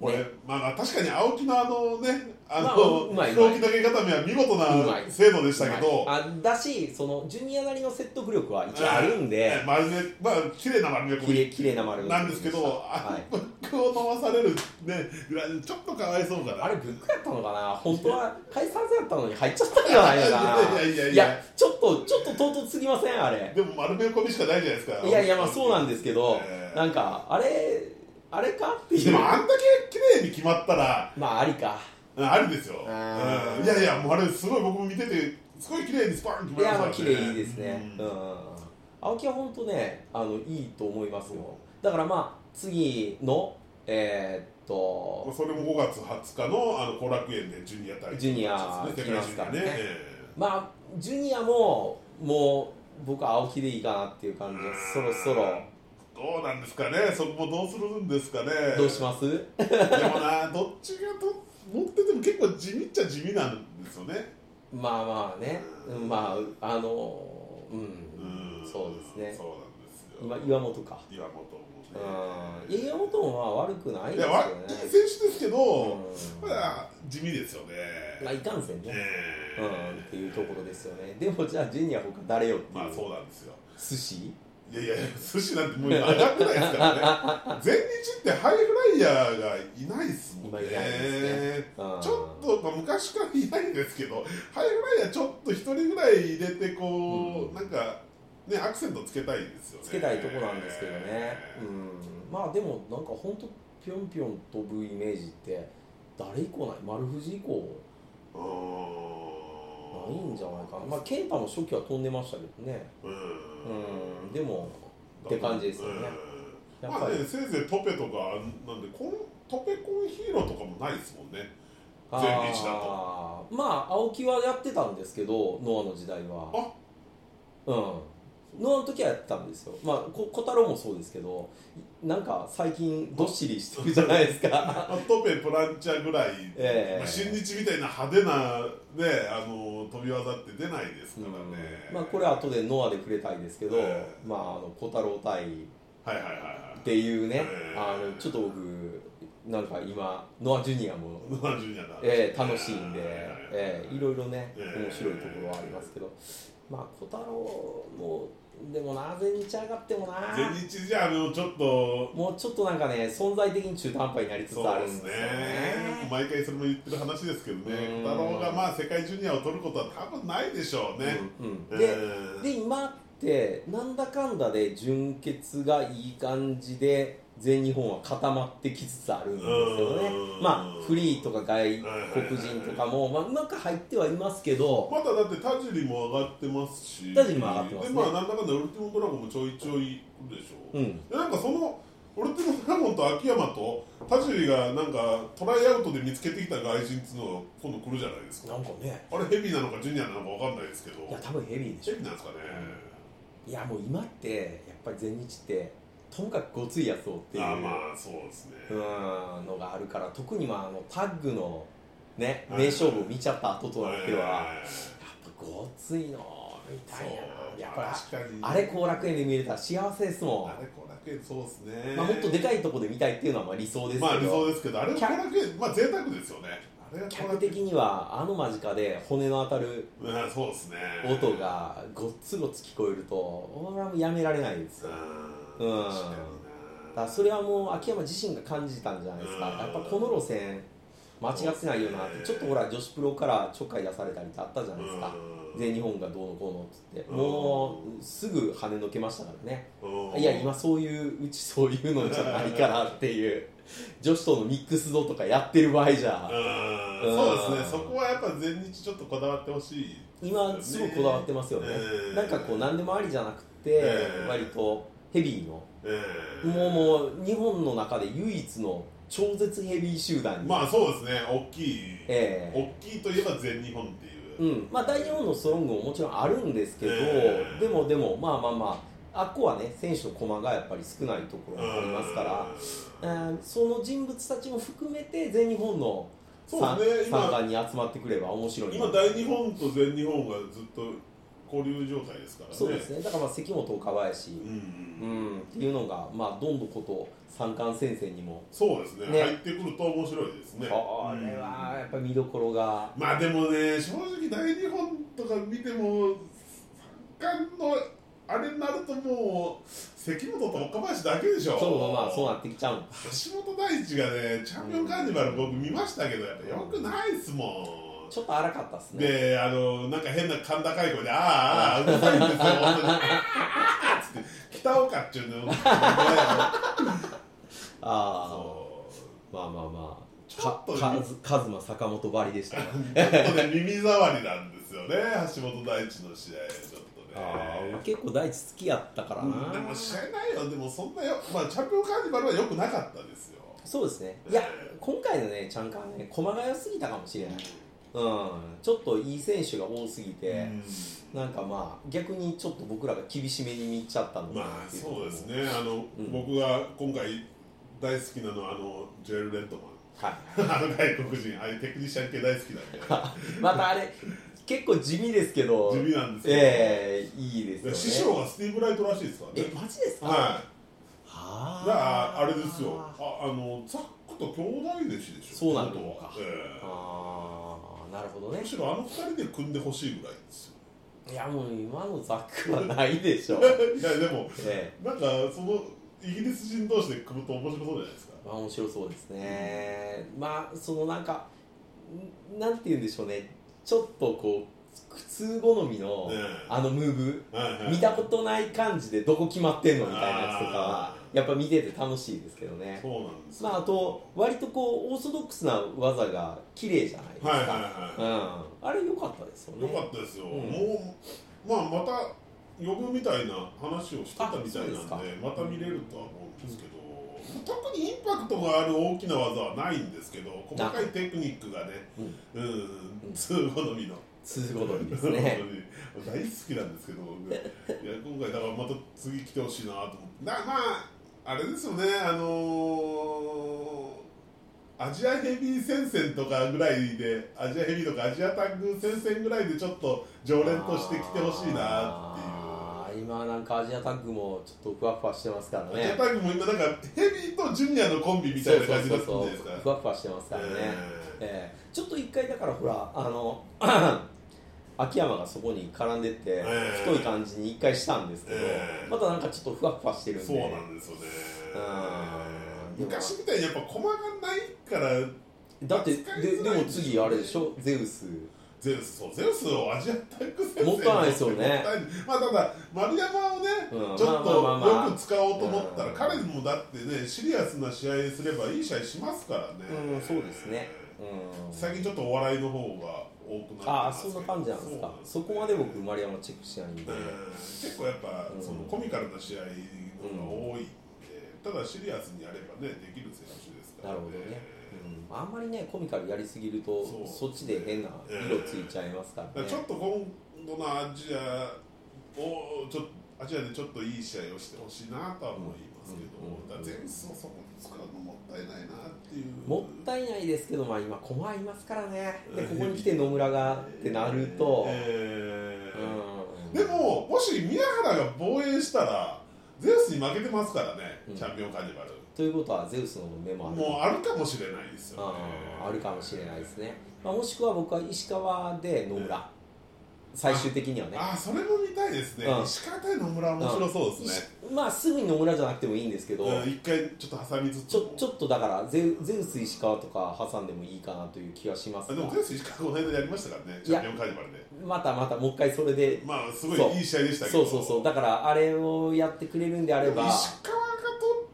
Speaker 1: これ、
Speaker 2: ね
Speaker 1: まあまあ確かに青木のあのねあ
Speaker 2: まあ
Speaker 1: の
Speaker 2: うまい
Speaker 1: 飛行機投げ固めは見事
Speaker 2: うま
Speaker 1: ない精度でしたけど、
Speaker 2: はいあだしそのジュニアなりの説得力は一応あるんで、
Speaker 1: ええ丸めまあ綺麗な丸め込
Speaker 2: きれ
Speaker 1: み
Speaker 2: いきれいな丸
Speaker 1: なんですけどあ
Speaker 2: はい
Speaker 1: のブックを飲まされるねディランちょっとかわいそうかな
Speaker 2: あれブックやったのかな本当は解散戦やったのに入っちゃったんじゃないのかな
Speaker 1: いやいやいやいや
Speaker 2: ちょっとちょっと唐突すぎませんあれ
Speaker 1: でも丸め込みしかないじゃないですか
Speaker 2: いやいやまあそうなんですけど、
Speaker 1: ええ
Speaker 2: なんかあれあれかってい
Speaker 1: で
Speaker 2: う
Speaker 1: もあんだけ綺麗に決まったら
Speaker 2: まあありか
Speaker 1: うんありですよ、
Speaker 2: あー
Speaker 1: うんいやいやもうあれすごい僕も見ててすごい綺麗にスパン
Speaker 2: い
Speaker 1: 決まりま
Speaker 2: や
Speaker 1: した
Speaker 2: ま
Speaker 1: か
Speaker 2: あ
Speaker 1: ら
Speaker 2: 綺麗ですね
Speaker 1: う
Speaker 2: うんん青木は本当ねあのいいと思いますよだからまあ次のえーっと
Speaker 1: それも5月20日のあの後楽園でジュニア対
Speaker 2: ジュニア
Speaker 1: ですね
Speaker 2: 来ますからね
Speaker 1: 世界ジュニアええ
Speaker 2: まあジュニアももう僕は青木でいいかなっていう感じですそろそろ
Speaker 1: どうなんですかねそこもどうするんですかね
Speaker 2: どうします
Speaker 1: でもなどっちがと持ってても結構地味っちゃ地味なんですよね
Speaker 2: まあまあね、うんまああのうん、
Speaker 1: うん
Speaker 2: そうですね
Speaker 1: そうなんですよ
Speaker 2: 今岩本か
Speaker 1: 岩本も
Speaker 2: うん
Speaker 1: ね
Speaker 2: いや岩本もまあ悪くない
Speaker 1: い
Speaker 2: です
Speaker 1: や
Speaker 2: よ
Speaker 1: わ
Speaker 2: ね
Speaker 1: いい選手ですけど、
Speaker 2: うん
Speaker 1: まだ地味ですよね
Speaker 2: まあいかんせんね、
Speaker 1: ええ
Speaker 2: うん、っていうところですよねでもじゃあジュニア他誰よっていう、
Speaker 1: まあそうなんですよ
Speaker 2: 寿司
Speaker 1: いやいや寿司なんてもう今上がってないですから ね前日ってハイフライヤーがいないですもん
Speaker 2: 今
Speaker 1: ね
Speaker 2: いないですね、うん、
Speaker 1: ちょっと、まあ、昔からいないんですけどハイフライヤーちょっと一人ぐらい入れてこう、なんかね、アクセントつけたいですよね
Speaker 2: つけたいとこなんですけどね、うん、まあでもなんかほんとぴょんぴょん飛ぶイメージって誰以降ない丸藤以降
Speaker 1: うー
Speaker 2: ないんじゃないかなまあケンタも初期は飛んでましたけどね
Speaker 1: うん
Speaker 2: うんでもって感じですよね
Speaker 1: うん
Speaker 2: や
Speaker 1: ま
Speaker 2: っぱ
Speaker 1: あ
Speaker 2: り
Speaker 1: ねせいぜいトペとかなんでこんトペコンヒーローとかもないですもんね
Speaker 2: あ
Speaker 1: 全日だ
Speaker 2: あーまあ青木はやってたんですけどノアの時代は
Speaker 1: あ
Speaker 2: うんノアの時はやってたんですよまあこ小太郎もそうですけどなんか最近どっしりしてるじゃないですか
Speaker 1: まあトペプランチャぐらい、
Speaker 2: ええ
Speaker 1: まあ、新日みたいな派手な、ね、あの飛び技って出ないです
Speaker 2: う
Speaker 1: から
Speaker 2: ん
Speaker 1: ね、
Speaker 2: まあこれは後でノアで触れたいですけど、
Speaker 1: ええ
Speaker 2: まああの小太郎対っ
Speaker 1: はいはいはいはい
Speaker 2: ていうね、
Speaker 1: ええ
Speaker 2: あのちょっと僕なんか今ノアジュニアも、
Speaker 1: ノアジュニアだ
Speaker 2: ええ楽しいんで、
Speaker 1: え
Speaker 2: ええいろいろね
Speaker 1: ええ
Speaker 2: 面白いところはありますけど、まあ小太郎もでもな全日上がってもな
Speaker 1: 全日じゃあのちょっと
Speaker 2: もうちょっとなんかね存在的に中途半端になりつつ
Speaker 1: そ
Speaker 2: あ
Speaker 1: う
Speaker 2: る
Speaker 1: で
Speaker 2: んですすよ
Speaker 1: ね
Speaker 2: ね。
Speaker 1: 毎回それも言ってる話ですけど
Speaker 2: う
Speaker 1: ね
Speaker 2: ん
Speaker 1: 小太郎がまあ世界ジュニアを取ることは多分ないでしょうね、
Speaker 2: うんうん
Speaker 1: うん
Speaker 2: でで今ってなんだかんだで純潔がいい感じで全日本は固まってきつつあるんですよね
Speaker 1: うん
Speaker 2: まあフリーとか外国人とかも、まあ、うまく入ってはいますけど
Speaker 1: まだだって田尻も上がってますし
Speaker 2: 田尻も上がってますね
Speaker 1: でまあなんだかんだウルティモドラゴンもちょいちょいいるでしょ
Speaker 2: うん
Speaker 1: でなんかその俺ってドラゴンと秋山と田尻がなんかトライアウトで見つけてきた外人っつうのが今度来るじゃないですか
Speaker 2: なんかね
Speaker 1: あれヘビーなのかジュニアなのかわかんないですけど
Speaker 2: いや多分ヘビーでし
Speaker 1: ヘ
Speaker 2: ょ
Speaker 1: ビーなんですかね
Speaker 2: いやもう今ってやっぱり全日ってともかくごついやつをっていう
Speaker 1: ああまあそうですね、
Speaker 2: うんのがあるから特にまああのタッグのね
Speaker 1: は
Speaker 2: 名
Speaker 1: い
Speaker 2: 勝負を見ちゃった後となってはやっ
Speaker 1: えー
Speaker 2: ぱごついのみた
Speaker 1: そ
Speaker 2: いうなやっぱ
Speaker 1: 確かに
Speaker 2: あれ後楽園で見れたら幸せですもん
Speaker 1: あれ後楽園そうですね、
Speaker 2: まあ、もっとでかいとこで見たいっていうのはまあ理想ですけど、
Speaker 1: まあ理想ですけどあれ後楽園まあ贅沢ですよねあれが後楽
Speaker 2: 客
Speaker 1: 園
Speaker 2: 的にはあの間近で骨の当たる
Speaker 1: うんそうですね
Speaker 2: 音がごっつごつ聞こえると俺はもうやめられないですよ
Speaker 1: う
Speaker 2: うんん
Speaker 1: 確か
Speaker 2: だ
Speaker 1: に
Speaker 2: か
Speaker 1: な
Speaker 2: らそれはもう秋山自身が感じたんじゃないですか
Speaker 1: うん
Speaker 2: やっぱこの路線間違ってないよなってちょっとほら女子プロからちょっかい出されたりってあったじゃないですか
Speaker 1: うん
Speaker 2: 全日本がどうのこうのっつって
Speaker 1: うん
Speaker 2: もうすぐ跳ねのけましたからね
Speaker 1: うん
Speaker 2: いや今そういううちそういうのじゃないからっていう女子とのミックス度とかやってる場合じ
Speaker 1: う
Speaker 2: ゃ
Speaker 1: ん
Speaker 2: うん
Speaker 1: そうですねそこはやっぱ全日ちょっとこだわってほしい
Speaker 2: 今すごいこだわってますよねなんかこう何でもありじゃなくて
Speaker 1: うん
Speaker 2: 割とヘビーの
Speaker 1: う
Speaker 2: もうもう日本の中で唯一の超絶ヘビー集団に
Speaker 1: まあそうですね大きい
Speaker 2: ええ
Speaker 1: 大きいといえば全日本っていう
Speaker 2: う
Speaker 1: うん
Speaker 2: んまあ大日本のストロングももちろんあるんですけど
Speaker 1: うん
Speaker 2: でもでもまあまあまああっこはね選手の駒がやっぱり少ないところがありますからうんその人物たちも含めて全日本の
Speaker 1: そうですね今
Speaker 2: 参加に集まってくれば面白いな
Speaker 1: 今大日本と全日本がずっと交流状態ですからね
Speaker 2: そうですねだからまあ関本岡林、
Speaker 1: うんうん
Speaker 2: うん、っていうのが、まあ、どんどこと三冠戦線にも、
Speaker 1: そうですね
Speaker 2: ね
Speaker 1: 入ってくると面白いですね
Speaker 2: これはやっぱ見どころが、
Speaker 1: まあでもね正直大日本とか見ても三冠のあれになるともう関本と岡林だけでしょ
Speaker 2: そうまあそうなってきちゃうん
Speaker 1: 橋本大地がねチャンピオンカーニバル僕見ましたけどやっぱよくないっすもん
Speaker 2: ちょっと荒かったっすね。
Speaker 1: であのなんか変な甲高い声で「あーあーうるさいんですよ本当にあー」っつって北岡っちゅうのね
Speaker 2: あ
Speaker 1: そう
Speaker 2: あ、まあまあまあ、
Speaker 1: ちょっ
Speaker 2: か
Speaker 1: とね
Speaker 2: かずカズマ坂本ばりでしたね。
Speaker 1: ちょっとね耳障りなんですよね橋本大地の試合ちょっとね
Speaker 2: ああ、結構第一好きやったから
Speaker 1: うん
Speaker 2: な
Speaker 1: で。も知らないよ、でもそんなよ、まあ、チャンピオンカーニバルは良くなかったですよ。
Speaker 2: そうですね。いや、今回のね、ちゃんかんね、駒が良すぎたかもしれない。うん、ちょっといい選手が多すぎて、なんかまあ、逆にちょっと僕らが厳しめに見ちゃったのかな
Speaker 1: まあ
Speaker 2: ってい
Speaker 1: そうです。ね、あの、
Speaker 2: うん
Speaker 1: 僕が今回大好きなのは、あのジェル・レッドマ
Speaker 2: はい。
Speaker 1: ン、 あの外国人、ああいうテクニシャン系大好きなんで、
Speaker 2: またあれ結構地味ですけど
Speaker 1: 地味なんですけど、
Speaker 2: ええいいですよね
Speaker 1: 師匠がスティーブ・ライトらしいですから
Speaker 2: え
Speaker 1: ね。
Speaker 2: マジですか
Speaker 1: は、
Speaker 2: はい
Speaker 1: だからあれですよ、ああのザックと兄弟弟子でしょ、
Speaker 2: そうなのか
Speaker 1: 元はええ
Speaker 2: あーなるほどね
Speaker 1: むしろあの二人で組んでほしいぐらいですよ。
Speaker 2: いやもう今のザックはないでしょ
Speaker 1: いや、でも、
Speaker 2: ええ
Speaker 1: なんかそのイギリス人同士で組むと面白そうじゃないですか。
Speaker 2: まあ面白そうですねまあそのなんかんなんて言うんでしょうねちょっとこう普通好みの
Speaker 1: うん
Speaker 2: あのムーブ
Speaker 1: はいはい
Speaker 2: 見たことない感じでどこ決まってんのみたいなやつとかは
Speaker 1: あ
Speaker 2: やっぱ見てて楽しいですけどね
Speaker 1: そうなんですよ
Speaker 2: まああと割とこうオーソドックスな技が綺麗じゃないですか、
Speaker 1: はいはいはい、
Speaker 2: うん、あれ良かったですよね
Speaker 1: よかったですよ、
Speaker 2: うん
Speaker 1: もう、まあ、また呼ぶみたいな話をしてたみたいなん
Speaker 2: あそう
Speaker 1: で
Speaker 2: ですか
Speaker 1: また見れるとは思うんですけど、特にインパクトがある大きな技はないんですけど細かいテクニックがね
Speaker 2: うん
Speaker 1: うん、
Speaker 2: うん
Speaker 1: 通好みの
Speaker 2: 通好みです ね
Speaker 1: 本当に大好きなんですけど僕いや今回だからまた次来てほしいなと思ってなまああれですよねあのーアジアヘビー戦線とかぐらいでアジアヘビーとかアジアタッグ戦線ぐらいでちょっと常連として来てほしいなっていう
Speaker 2: あー今なんかアジアタッグもちょっとふわふわしてますから
Speaker 1: アジア
Speaker 2: ね
Speaker 1: タッグも今なんかヘビーとジュニアのコンビみたいな感じになってるんじゃないですか
Speaker 2: ふわふわしてますからね、
Speaker 1: え
Speaker 2: ええちょっと一回だからほらあの 秋山がそこに絡んでって、
Speaker 1: ええ
Speaker 2: 太い感じに一回したんですけど、
Speaker 1: ええ
Speaker 2: またなんかちょっとふわふわしてるんで
Speaker 1: そうなんですよね
Speaker 2: うん
Speaker 1: 昔みたいにやっぱ駒がないから
Speaker 2: だって
Speaker 1: 扱い
Speaker 2: で
Speaker 1: づ
Speaker 2: で
Speaker 1: らい
Speaker 2: も次あれでしょゼウ ス
Speaker 1: ゼウスそうゼウスをアジアタック戦線
Speaker 2: 持たないですよね
Speaker 1: 持 たないまあただ丸山をね、
Speaker 2: うん
Speaker 1: ちょっと
Speaker 2: まあまあまあまあ
Speaker 1: よく使おうと思ったら、
Speaker 2: うん
Speaker 1: 彼もだってねシリアスな試合すればいい試合しますからね
Speaker 2: うんそうですねうん
Speaker 1: 最近ちょっとお笑いの方が多くなって
Speaker 2: あ
Speaker 1: ま
Speaker 2: あ
Speaker 1: すけ
Speaker 2: そ
Speaker 1: ど
Speaker 2: んな感じなんですかそ
Speaker 1: よ
Speaker 2: こまで僕丸山チェックしてないんで、
Speaker 1: うん結構やっぱ、
Speaker 2: うん
Speaker 1: そのコミカルな試合の方が多いんで、ただシリアスにやればねできる選手ですか
Speaker 2: な
Speaker 1: ら、
Speaker 2: るほどね、うん、あんまりねコミカルやりすぎると
Speaker 1: そう
Speaker 2: そっちで変な色ついちゃいますから
Speaker 1: だか
Speaker 2: ね
Speaker 1: らちょっと今度のアジアをちょっとアジアでちょっといい試合をしてほしいなとは思いますけど、
Speaker 2: うんうんうん
Speaker 1: だからゼウスをそこに使うのもったいないなっていう
Speaker 2: もったいないですけど、まあ、今、駒いますからね、でここに来て野村がってなると、
Speaker 1: えー
Speaker 2: うん、
Speaker 1: でももし宮原が防衛したらゼウスに負けてますからね、
Speaker 2: うん
Speaker 1: チャンピオンカーニバル
Speaker 2: ということは、ゼウスの目もある
Speaker 1: もうあるかもしれないですよね
Speaker 2: ああるかもしれないですね、まあ、もしくは僕は石川で野村、最終的にはね。
Speaker 1: ああそれも見たいですね、
Speaker 2: うん
Speaker 1: 石川対野村は面白そうですね、
Speaker 2: いまあ、すぐに野村じゃなくてもいいんですけど、
Speaker 1: うん一回ちょっと挟みつつ
Speaker 2: ちょちょっとだからゼウ、ゼウス、石川とか挟んでもいいかなという気がします
Speaker 1: あ
Speaker 2: が
Speaker 1: でもゼウス石川この間やりましたからねチャンピオンカーニバルで
Speaker 2: またまた、もう一回それで、
Speaker 1: まあすご
Speaker 2: そう
Speaker 1: いいい試合でしたけ
Speaker 2: そ
Speaker 1: ど
Speaker 2: うそうそう、だからあれをやってくれるんであれ
Speaker 1: でも
Speaker 2: ば、
Speaker 1: 石川が取っ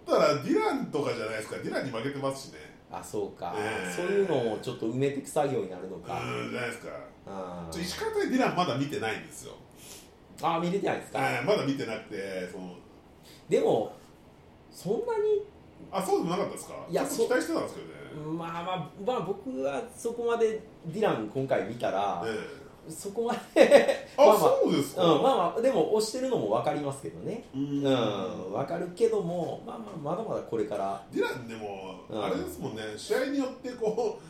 Speaker 1: たらディランとかじゃないですかディランに負けてますしね
Speaker 2: あそうか、
Speaker 1: ええ
Speaker 2: そういうのをちょっと埋めていく作業になるの
Speaker 1: う
Speaker 2: か、
Speaker 1: ーんじゃないですか
Speaker 2: あ
Speaker 1: ちょ石川対ディランまだ見てないんですよ、
Speaker 2: あー見れてないですか、
Speaker 1: えーまだ見てなくてその
Speaker 2: でもそんなに
Speaker 1: あそうでもなかったですか
Speaker 2: いや
Speaker 1: ちょっと期待してたんですけどね、
Speaker 2: まあまあ、まあ、僕はそこまでディラン今回見たら、
Speaker 1: え
Speaker 2: そこまで、
Speaker 1: えあ、
Speaker 2: まあまあ
Speaker 1: そうです
Speaker 2: うん、
Speaker 1: か、
Speaker 2: まあまあでも押してるのも分かりますけどね
Speaker 1: うー
Speaker 2: うんん分かるけどもまあまあまだまだこれから
Speaker 1: ディランでも、
Speaker 2: うん
Speaker 1: あれですもんね試合によってこう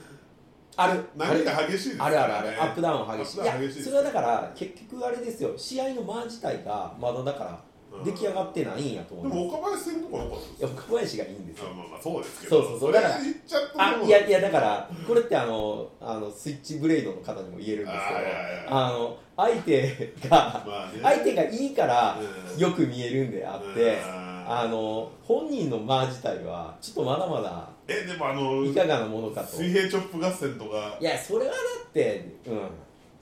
Speaker 2: あるあ
Speaker 1: 波
Speaker 2: る
Speaker 1: が激しいですか
Speaker 2: あるある
Speaker 1: ら
Speaker 2: あ
Speaker 1: ね
Speaker 2: るアップダウンは激しい
Speaker 1: アップ
Speaker 2: いや
Speaker 1: ダウン激しいです
Speaker 2: それはだから結局あれですよ試合の間自体がまだだから出来上がってないんやと
Speaker 1: で
Speaker 2: 思います、
Speaker 1: も岡林戦とか良かったです
Speaker 2: いや岡林がいいんですよ
Speaker 1: あまあまあそうですけど
Speaker 2: そうそうそうだから
Speaker 1: れ言っちゃった
Speaker 2: あ
Speaker 1: もう
Speaker 2: いやいやだからこれってあのあのスイッチブレードの方にも言えるんですけど
Speaker 1: あいやいや
Speaker 2: あの相手が
Speaker 1: まあね
Speaker 2: 相手がいいから
Speaker 1: うん
Speaker 2: よく見えるんであって
Speaker 1: うん
Speaker 2: あの本人の間自体はちょっとまだまだ
Speaker 1: えでもあの
Speaker 2: いかがなものかと
Speaker 1: 水
Speaker 2: い
Speaker 1: 平チョップ合戦とか
Speaker 2: やそれはだってうん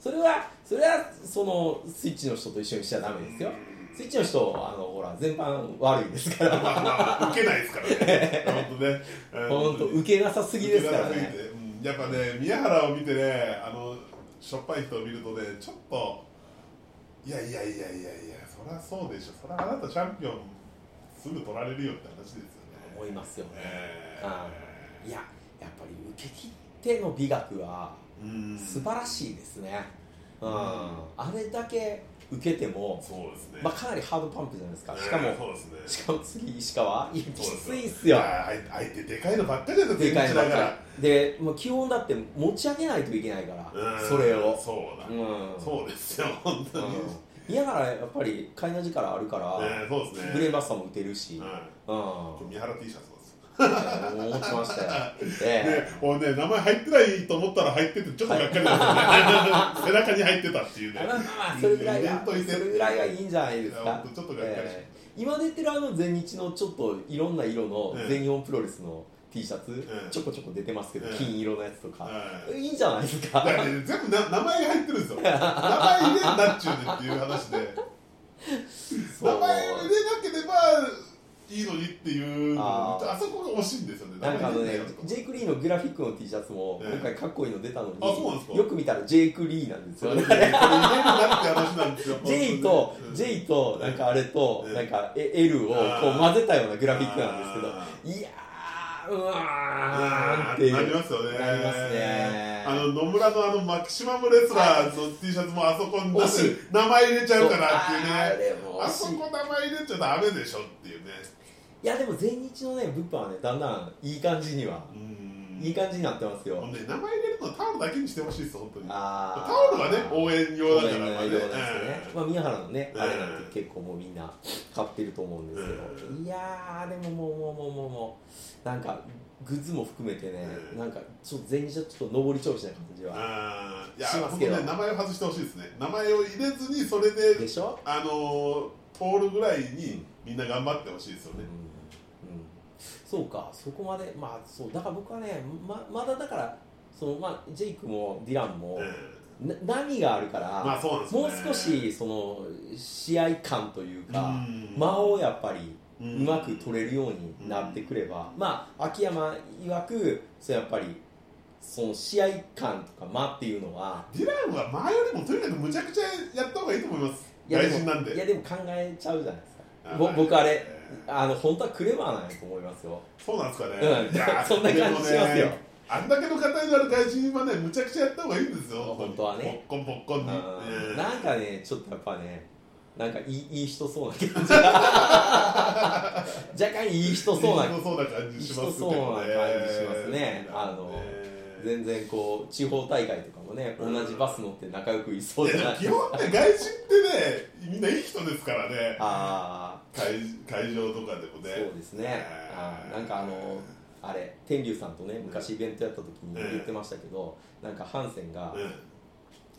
Speaker 2: それはそれはそのスイッチの人と一緒にしちゃダメですよスイッチの人あのほら全般悪いですから
Speaker 1: まあまあ受けないですから ね本当ね うん
Speaker 2: 本当受けなさすぎですから
Speaker 1: 受けなさ
Speaker 2: ね
Speaker 1: すぎてうんやっぱね宮原を見てねあのしょっぱい人を見るとねちょっといやいやいやいやいやそりゃそうでしょそりゃあなたチャンピオンすぐ取られるよって話ですよね
Speaker 2: 思いますよね
Speaker 1: え
Speaker 2: あいややっぱり受け切っての美学は
Speaker 1: うん
Speaker 2: 素晴らしいですね、う
Speaker 1: う
Speaker 2: ん
Speaker 1: ん
Speaker 2: あれだけ受けても、
Speaker 1: そうですね
Speaker 2: まあ、かなりハードパンプじゃないですかしかも、
Speaker 1: そうですね
Speaker 2: しかも次石川いやき
Speaker 1: そうです
Speaker 2: ついっすよ
Speaker 1: あー相手でかいのばっかりだった
Speaker 2: でかいのばっ
Speaker 1: だか
Speaker 2: かりでもう基本だって持ち上げないといけないから
Speaker 1: らうん
Speaker 2: それを
Speaker 1: そうだ、
Speaker 2: うん
Speaker 1: そうですよ本当に、ね
Speaker 2: うんいやだからやっぱり買いの力あるから、
Speaker 1: そうですね
Speaker 2: ブレーンバスターも打てるし、うん
Speaker 1: はいこれ三原 T シャツなんですよ
Speaker 2: 思ってましたよ、え
Speaker 1: ね、俺ね、名前入ってないと思ったら入ってて、ちょっとがっかりだったね。背中に入ってたっていうね。
Speaker 2: えまあまあまあそれぐらい
Speaker 1: イベン
Speaker 2: が
Speaker 1: ト
Speaker 2: そ
Speaker 1: イベント
Speaker 2: れぐらいがいいんじゃない
Speaker 1: い
Speaker 2: で
Speaker 1: や
Speaker 2: すか
Speaker 1: ほんとちょっとがっかりし
Speaker 2: えー今出てるあの全日のちょっといろんな色の
Speaker 1: ええ
Speaker 2: 全日本プロレスの T シャツ、
Speaker 1: うん
Speaker 2: ちょこちょこ出てますけど、
Speaker 1: うん
Speaker 2: 金色のやつとか、
Speaker 1: はい
Speaker 2: いいんじゃないです
Speaker 1: だ
Speaker 2: か
Speaker 1: からね全部な名前が入ってるんですよ名前入れんなっちゅうねんっていう話で
Speaker 2: そ
Speaker 1: 名
Speaker 2: う
Speaker 1: 前入れなければいいのにっていうの
Speaker 2: あー
Speaker 1: あそこが惜しいんですよね
Speaker 2: なんかあの
Speaker 1: 名前入
Speaker 2: ね
Speaker 1: れなかったの、
Speaker 2: ジェイク・リーのグラフィックの T シャツも
Speaker 1: ええ
Speaker 2: 今回かっこいいの出たのに、
Speaker 1: あそうなんですか
Speaker 2: よく見たらジェイク・リーなんです
Speaker 1: そ
Speaker 2: よ
Speaker 1: れね
Speaker 2: ね
Speaker 1: これ入れるなって話なんですよ
Speaker 2: J と、
Speaker 1: イ
Speaker 2: J と、なんかあれと
Speaker 1: え、え
Speaker 2: なんかえ L をこ
Speaker 1: あー
Speaker 2: う混ぜたようなグラフィックなんですけど、いやー、うわー
Speaker 1: あ
Speaker 2: って
Speaker 1: ー
Speaker 2: いう。
Speaker 1: なりますよね
Speaker 2: なりますね
Speaker 1: あの野村のあのマキシマムレスラーの T シャツもあそこに出
Speaker 2: 惜しい
Speaker 1: す名前入れちゃうからっていうね
Speaker 2: あれも
Speaker 1: あ
Speaker 2: 惜
Speaker 1: そ
Speaker 2: しい
Speaker 1: こ名前入れちゃダメでしょっていうね。
Speaker 2: いやでも全日のね物販はねだんだんいい感じには
Speaker 1: う、ん
Speaker 2: いい感じになってますよ、
Speaker 1: もうね、名前入れるのはタオルだけにしてほしいです、本当に。タ
Speaker 2: あ
Speaker 1: オルはね、応援用
Speaker 2: 応
Speaker 1: だから
Speaker 2: 援の、
Speaker 1: まあね
Speaker 2: 内容なんですよね、まあ、宮原のね、
Speaker 1: うん
Speaker 2: あれなんて結構もうみんな買ってると思うんですけど、
Speaker 1: う
Speaker 2: いやーでももうもうもうもうもうなんかグッズも含めてね、
Speaker 1: うん
Speaker 2: なんかちょっと全日はちょっと上り調子な感じ
Speaker 1: うん
Speaker 2: は、
Speaker 1: あーいや、
Speaker 2: しま
Speaker 1: 本当
Speaker 2: すけど
Speaker 1: ね、名前を外してほしいですね。名前を入れずに、それで、
Speaker 2: でしょ、
Speaker 1: あのー、通るぐらいに、みんな頑張ってほしいですよ
Speaker 2: うんう
Speaker 1: ね
Speaker 2: ん。、そうかそこまでまあそうだから僕はねままだだからそのまあジェイクもディランも、
Speaker 1: うん
Speaker 2: な波があるから、
Speaker 1: まあ、そうなんです
Speaker 2: も
Speaker 1: よ
Speaker 2: う
Speaker 1: ね。
Speaker 2: 少しその試合感というか、
Speaker 1: うん
Speaker 2: 間をやっぱり
Speaker 1: う
Speaker 2: うまく取れるようになってくれば、まあ秋山曰くそうやっぱりその試合感とか間っていうのは
Speaker 1: ディランは前よりもとにかくむちゃくちゃやった方がいいと思います。
Speaker 2: いやで
Speaker 1: 大
Speaker 2: も
Speaker 1: 事なんで。
Speaker 2: いやでも考えちゃうじゃないです
Speaker 1: あ
Speaker 2: かぼ
Speaker 1: はい
Speaker 2: 僕あれ
Speaker 1: え
Speaker 2: あの本当はクレバーなんやと思いますよ、
Speaker 1: そうなんですかね。
Speaker 2: うん
Speaker 1: いやー
Speaker 2: そん な感じします
Speaker 1: で
Speaker 2: よ
Speaker 1: もねあんだけの硬いのある外人はね、むちゃくちゃやった方がいいんですよ。
Speaker 2: 本当はね。
Speaker 1: ポッコンポッコンに。
Speaker 2: うん
Speaker 1: ね
Speaker 2: なんかねちょっとやっぱねなんかいいいい人そうな感じが 若干いい人そうな
Speaker 1: 人そうな感じします
Speaker 2: 人そうな感じしますねあの
Speaker 1: ね
Speaker 2: 全然こう地方大会とかもね同じバス乗って仲良くいそうじ
Speaker 1: い
Speaker 2: ゃな
Speaker 1: や
Speaker 2: い
Speaker 1: 基本ね、外人ってね、みんないい人ですからね。
Speaker 2: あ
Speaker 1: 会会場とかでも
Speaker 2: あ、
Speaker 1: ね
Speaker 2: そう。ですねあーなんかあのあれ天竜さんとね昔イベントやった時に言ってましたけど、なんかハンセンが、
Speaker 1: うん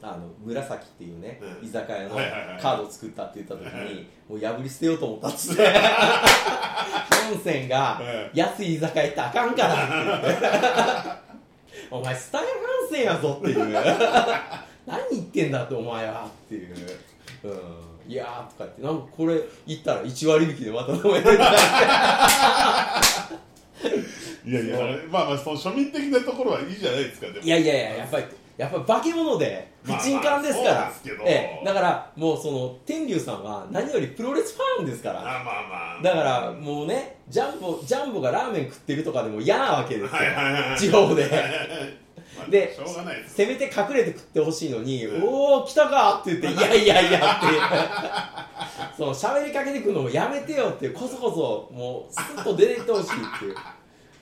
Speaker 2: あの紫っていうね、
Speaker 1: うん
Speaker 2: 居酒屋の
Speaker 1: はいはいはい
Speaker 2: カードを作ったって言った時に、もう破り捨てようと思ったっつ って、ハンセンが
Speaker 1: うん
Speaker 2: 安い居酒屋行ってあかんからって言って、 お前、スタイルハンセンやぞっていう、 何言ってんだって、お前はっていう。うん、いやーとかってなんかこれ行ったら1割引きでまた飲めるとか
Speaker 1: いやいや、まあまあ、その庶民的なところはいいじゃないですか、でも
Speaker 2: いやいやいや、やっぱり、やっぱり化け物で、不
Speaker 1: まあ
Speaker 2: 沈感ですか
Speaker 1: まあ
Speaker 2: ら
Speaker 1: そうですけ、ど
Speaker 2: ええだからもうその天竜さんは何よりプロレスファンですから、
Speaker 1: あまあまあ。
Speaker 2: だからもうね、ジャンボジャンボがラーメン食ってるとかでも嫌なわけですよ
Speaker 1: はいはいはいは、い
Speaker 2: 地方で。
Speaker 1: まあ
Speaker 2: で
Speaker 1: しょうがないです。
Speaker 2: せめて隠れて食ってほしいのに、
Speaker 1: うん
Speaker 2: おお、来たかって言って、いやいやいやって、その喋りかけてくる のもやめてよって、こそこそ、もう、すっと出てってほしいっていう。うん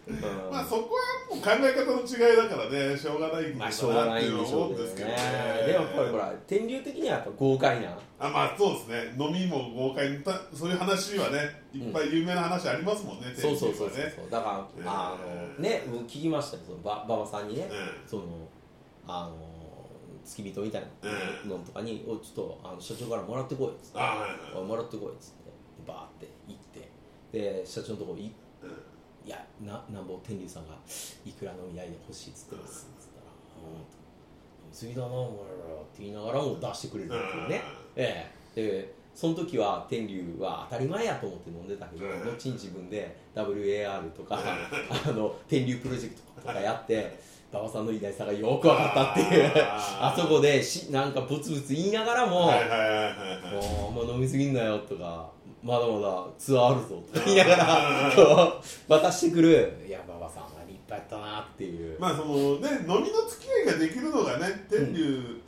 Speaker 1: まあそこはもう考え方の違いだからね、しょうがないんだ
Speaker 2: まあしょう
Speaker 1: な
Speaker 2: が
Speaker 1: っ
Speaker 2: な
Speaker 1: て
Speaker 2: い
Speaker 1: い
Speaker 2: んで
Speaker 1: う
Speaker 2: し
Speaker 1: のは
Speaker 2: ょ
Speaker 1: 思
Speaker 2: う
Speaker 1: うんで
Speaker 2: けど
Speaker 1: すけど
Speaker 2: ね
Speaker 1: ね。
Speaker 2: でもこれほら天竜的にはやっぱ豪快な
Speaker 1: あまあそうですね、飲みも豪快にた、そういう話はね、いっぱい有名な話ありますもんね、テレ
Speaker 2: そう
Speaker 1: ビとか
Speaker 2: そ
Speaker 1: ね
Speaker 2: うそうそうそうだから、
Speaker 1: ね
Speaker 2: あのね僕聞きましたよそのば馬場さんにね、
Speaker 1: うん
Speaker 2: そのあの付き人みたい
Speaker 1: うん
Speaker 2: なのとかに「おちょっとあの社長からもらってこい」っつって
Speaker 1: あはいはい
Speaker 2: おいもらってこい」っつってバーって行ってで社長のとこ行って。いや、ななんぼ天竜さんがいくらの未来で欲しいっつってますっつったら、うん、次だな、お前らって言いながらも出してくれるっていうね、ええ、でその時は天竜は当たり前やと思って飲んでたけど、
Speaker 1: うん
Speaker 2: 後に自分で WAR とか、あの天竜プロジェクトとかやって、馬場さんの偉大さがよく分かったっていう、
Speaker 1: あ
Speaker 2: あ
Speaker 1: ー
Speaker 2: そこでしなんかブツブツ言いながらも、
Speaker 1: はいはいはいはいはい。
Speaker 2: もうあんま飲みすぎんなよとかまだまだツアーあるぞとか言いながらこう渡してくるいや馬場さんは立派やったなっていう、
Speaker 1: まあそのね、飲みの付き合いができるのがね、天竜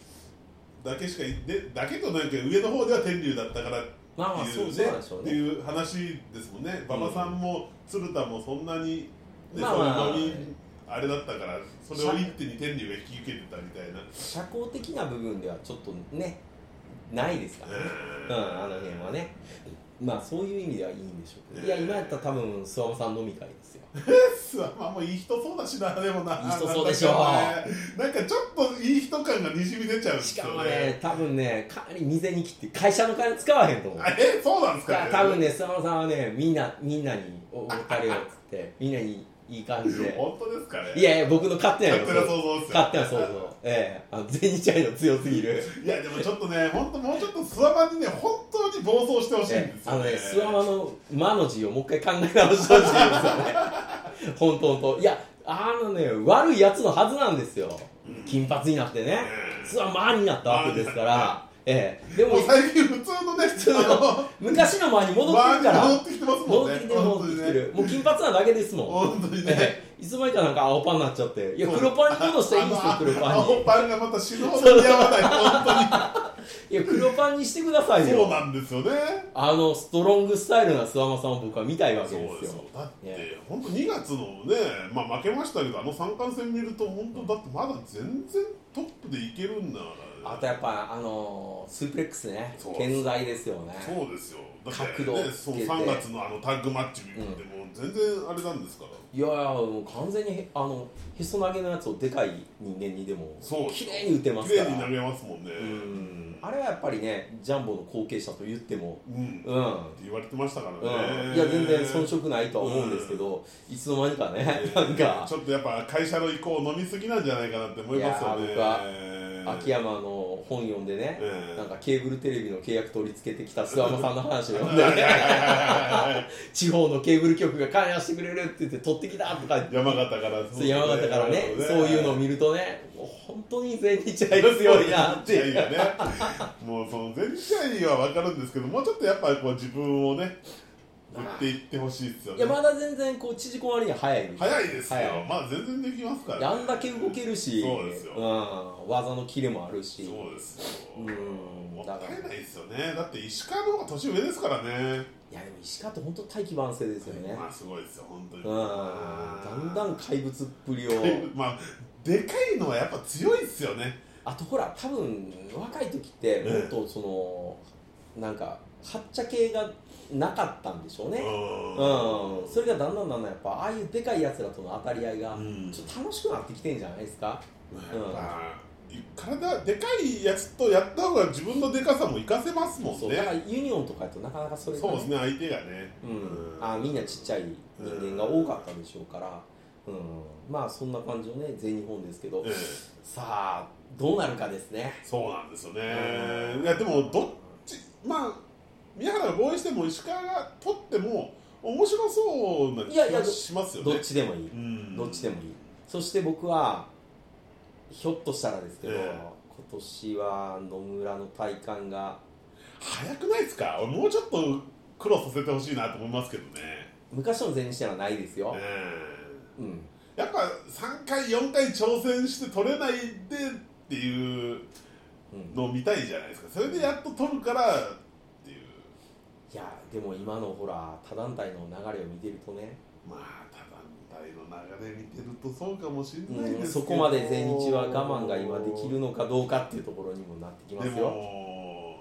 Speaker 1: だけしかい、でだけとなんか上の方では天竜だったから
Speaker 2: まあまあ
Speaker 1: ってい
Speaker 2: そうう
Speaker 1: ね
Speaker 2: そうなんでしょ
Speaker 1: っ
Speaker 2: う
Speaker 1: て
Speaker 2: ね
Speaker 1: いう話ですもんね、馬場さんも鶴田もそんなに、ね
Speaker 2: まあまあ
Speaker 1: そういう飲みあれだったから、それを一手に天竜が引き受けてたみたいな、
Speaker 2: 社交的な部分ではちょっとねないですからねうんあの辺はねまあそういう意味ではいいんでしょうけどいや今やったら多分諏訪間さん飲み 会ですよ
Speaker 1: スワマもいい人そうだしな、でもな、
Speaker 2: いい人そうでしょ
Speaker 1: なんかちょっといい人感がにじみ出ちゃうんです
Speaker 2: しか
Speaker 1: よ
Speaker 2: も
Speaker 1: ね
Speaker 2: ね。多分ねかなり未然に切って会社の金使わへんと思う
Speaker 1: あえそうなんです
Speaker 2: い
Speaker 1: か
Speaker 2: や
Speaker 1: ね
Speaker 2: 多分ね、スワさんはね、みんな、みんなにおお金をっつって、みんなにいい感じ
Speaker 1: いや
Speaker 2: で
Speaker 1: 本当ですかね
Speaker 2: いやいや僕の勝手な
Speaker 1: 勝
Speaker 2: 予
Speaker 1: 手な
Speaker 2: 想
Speaker 1: 想像ですよ
Speaker 2: 勝手な想像ええあの全日愛の強すぎる
Speaker 1: いやでもちょっとね本当もうちょっと諏訪間にね本当に暴走してほしいんですよ、
Speaker 2: あのね、諏訪間の「間」の字をもう一回考え直してほしいですよね本当本当いやあのね悪いやつのはずなんですよ金髪になってね諏訪間になったわけですからええでも
Speaker 1: もう最近普通のね
Speaker 2: 通の昔の間に戻ってるか
Speaker 1: 周り
Speaker 2: ら
Speaker 1: 戻ってきてますもん
Speaker 2: 戻
Speaker 1: ね
Speaker 2: ってきてる戻ってきてるもう金髪なだけですもん
Speaker 1: 本当にね本当にね
Speaker 2: ええいつまにかなんか青パンになっちゃっていや黒パンに戻していいんですよ
Speaker 1: あの
Speaker 2: 黒パン
Speaker 1: 青パンがまた死ぬほど似合わない本
Speaker 2: にいや黒パンにしてくださ
Speaker 1: 当
Speaker 2: い
Speaker 1: にそう
Speaker 2: よ
Speaker 1: なんですよね
Speaker 2: あのストロングスタイルな諏訪間さんを僕は見たいわけ
Speaker 1: そう
Speaker 2: で
Speaker 1: です
Speaker 2: す
Speaker 1: よ
Speaker 2: よ
Speaker 1: だって本当2月のねまあ負けましたけどあの三冠戦見ると本当だってまだ全然トップでいけるんだからね
Speaker 2: あとやっぱあのースープレックスね
Speaker 1: そう
Speaker 2: 健在ですよね
Speaker 1: そうですよだって
Speaker 2: 角度を
Speaker 1: ね
Speaker 2: つ
Speaker 1: そ
Speaker 2: け
Speaker 1: う
Speaker 2: て
Speaker 1: 3月のあのタッグマッチ見ても全然あれなんですから
Speaker 2: いやいやもう完全にへあのへそ投げのやつをでかい人間にでも
Speaker 1: そう
Speaker 2: 綺麗に打てます
Speaker 1: 綺
Speaker 2: か
Speaker 1: 麗に投
Speaker 2: ら
Speaker 1: げますもんね
Speaker 2: うんあれはやっぱりねジャンボの後継者と言っても
Speaker 1: うんって
Speaker 2: うん、
Speaker 1: 言われてましたから
Speaker 2: う
Speaker 1: ね
Speaker 2: ん、いや全然遜色ないとは思うんですけど、いつの間にかね、なんか
Speaker 1: ちょっとやっぱ会社の意向を飲みすぎなんじゃないかなって思いますよね
Speaker 2: いや僕は秋山の本読んでね、
Speaker 1: ええ
Speaker 2: なんかケーブルテレビの契約取り付けてきた諏訪間さんの話を読ん
Speaker 1: は
Speaker 2: で
Speaker 1: いはい
Speaker 2: ね
Speaker 1: はいはいはい
Speaker 2: 地方のケーブル局が関与してくれるって言って取ってきたとか言って
Speaker 1: 山形から
Speaker 2: そう山形からねそういうのを見るとねもう本当に全日愛強いなっ て
Speaker 1: いやいやねもうその全試合は分かるんですけどもうちょっとやっぱこう自分をね売っていってほしいですよ
Speaker 2: い
Speaker 1: ね
Speaker 2: やまだ全然こう縮こまりには早いみたい
Speaker 1: 早いですよ
Speaker 2: 早い
Speaker 1: まだ全然できますから
Speaker 2: であんだけ動けるし
Speaker 1: そうですよ
Speaker 2: ん、技のキレもあるし
Speaker 1: そうですよ
Speaker 2: うん
Speaker 1: もったいないですよねだって石川の方が年上ですからね
Speaker 2: いやでも石川って本当大器晩成ですよね
Speaker 1: まあすごいですよ本当に
Speaker 2: うんだんだん怪物っぷりを
Speaker 1: まあでかいのはやっぱ強いですよね
Speaker 2: あとほら多分若い時ってもっとその、なんかはっちゃ系がなかったんでしょうね、うん、それがだんだんだんだんやっぱああいうでかいやつらとの当たり合いが
Speaker 1: うん
Speaker 2: ちょっと楽しくなってきてんじゃないですか、うん
Speaker 1: まあ体でかいやつとやった方が自分のでかさも活かせますもん
Speaker 2: そうだから
Speaker 1: ね
Speaker 2: ユニオンとかやとなかなかそれが、
Speaker 1: そうですね相手がね
Speaker 2: うん
Speaker 1: う、ん
Speaker 2: あみんなちっちゃい人間が多かったんでしょうから、うんまあそんな感じのね全日本ですけど、
Speaker 1: ええ
Speaker 2: さあどうなるかですね
Speaker 1: そうなんですよね
Speaker 2: うん
Speaker 1: いやでもどっちまあ宮原が合意しても石川が取っても面白そうな気
Speaker 2: いやいや
Speaker 1: が
Speaker 2: ど
Speaker 1: しますよね
Speaker 2: どっちでもいい、
Speaker 1: うん
Speaker 2: どっちでもいいそして僕はひょっとしたらですけど、
Speaker 1: ええ
Speaker 2: 今年は野村の体感が
Speaker 1: 早くないですか俺もうちょっと苦労させてほしいなと思いますけどね、
Speaker 2: 昔の全日ではないですよ、
Speaker 1: え
Speaker 2: うん
Speaker 1: えやっぱ3回4回挑戦して取れないでっていう
Speaker 2: うん、
Speaker 1: のを見たいじゃないですかそれでやっと取るからっていう
Speaker 2: いやでも今のほら他団体の流れを見てるとね、
Speaker 1: まあ他団体の流れ見てるとそうかもしれないですけど、
Speaker 2: うんそこまで全日は我慢が今できるのかどうかっていうところにもなってきます
Speaker 1: で
Speaker 2: よ
Speaker 1: も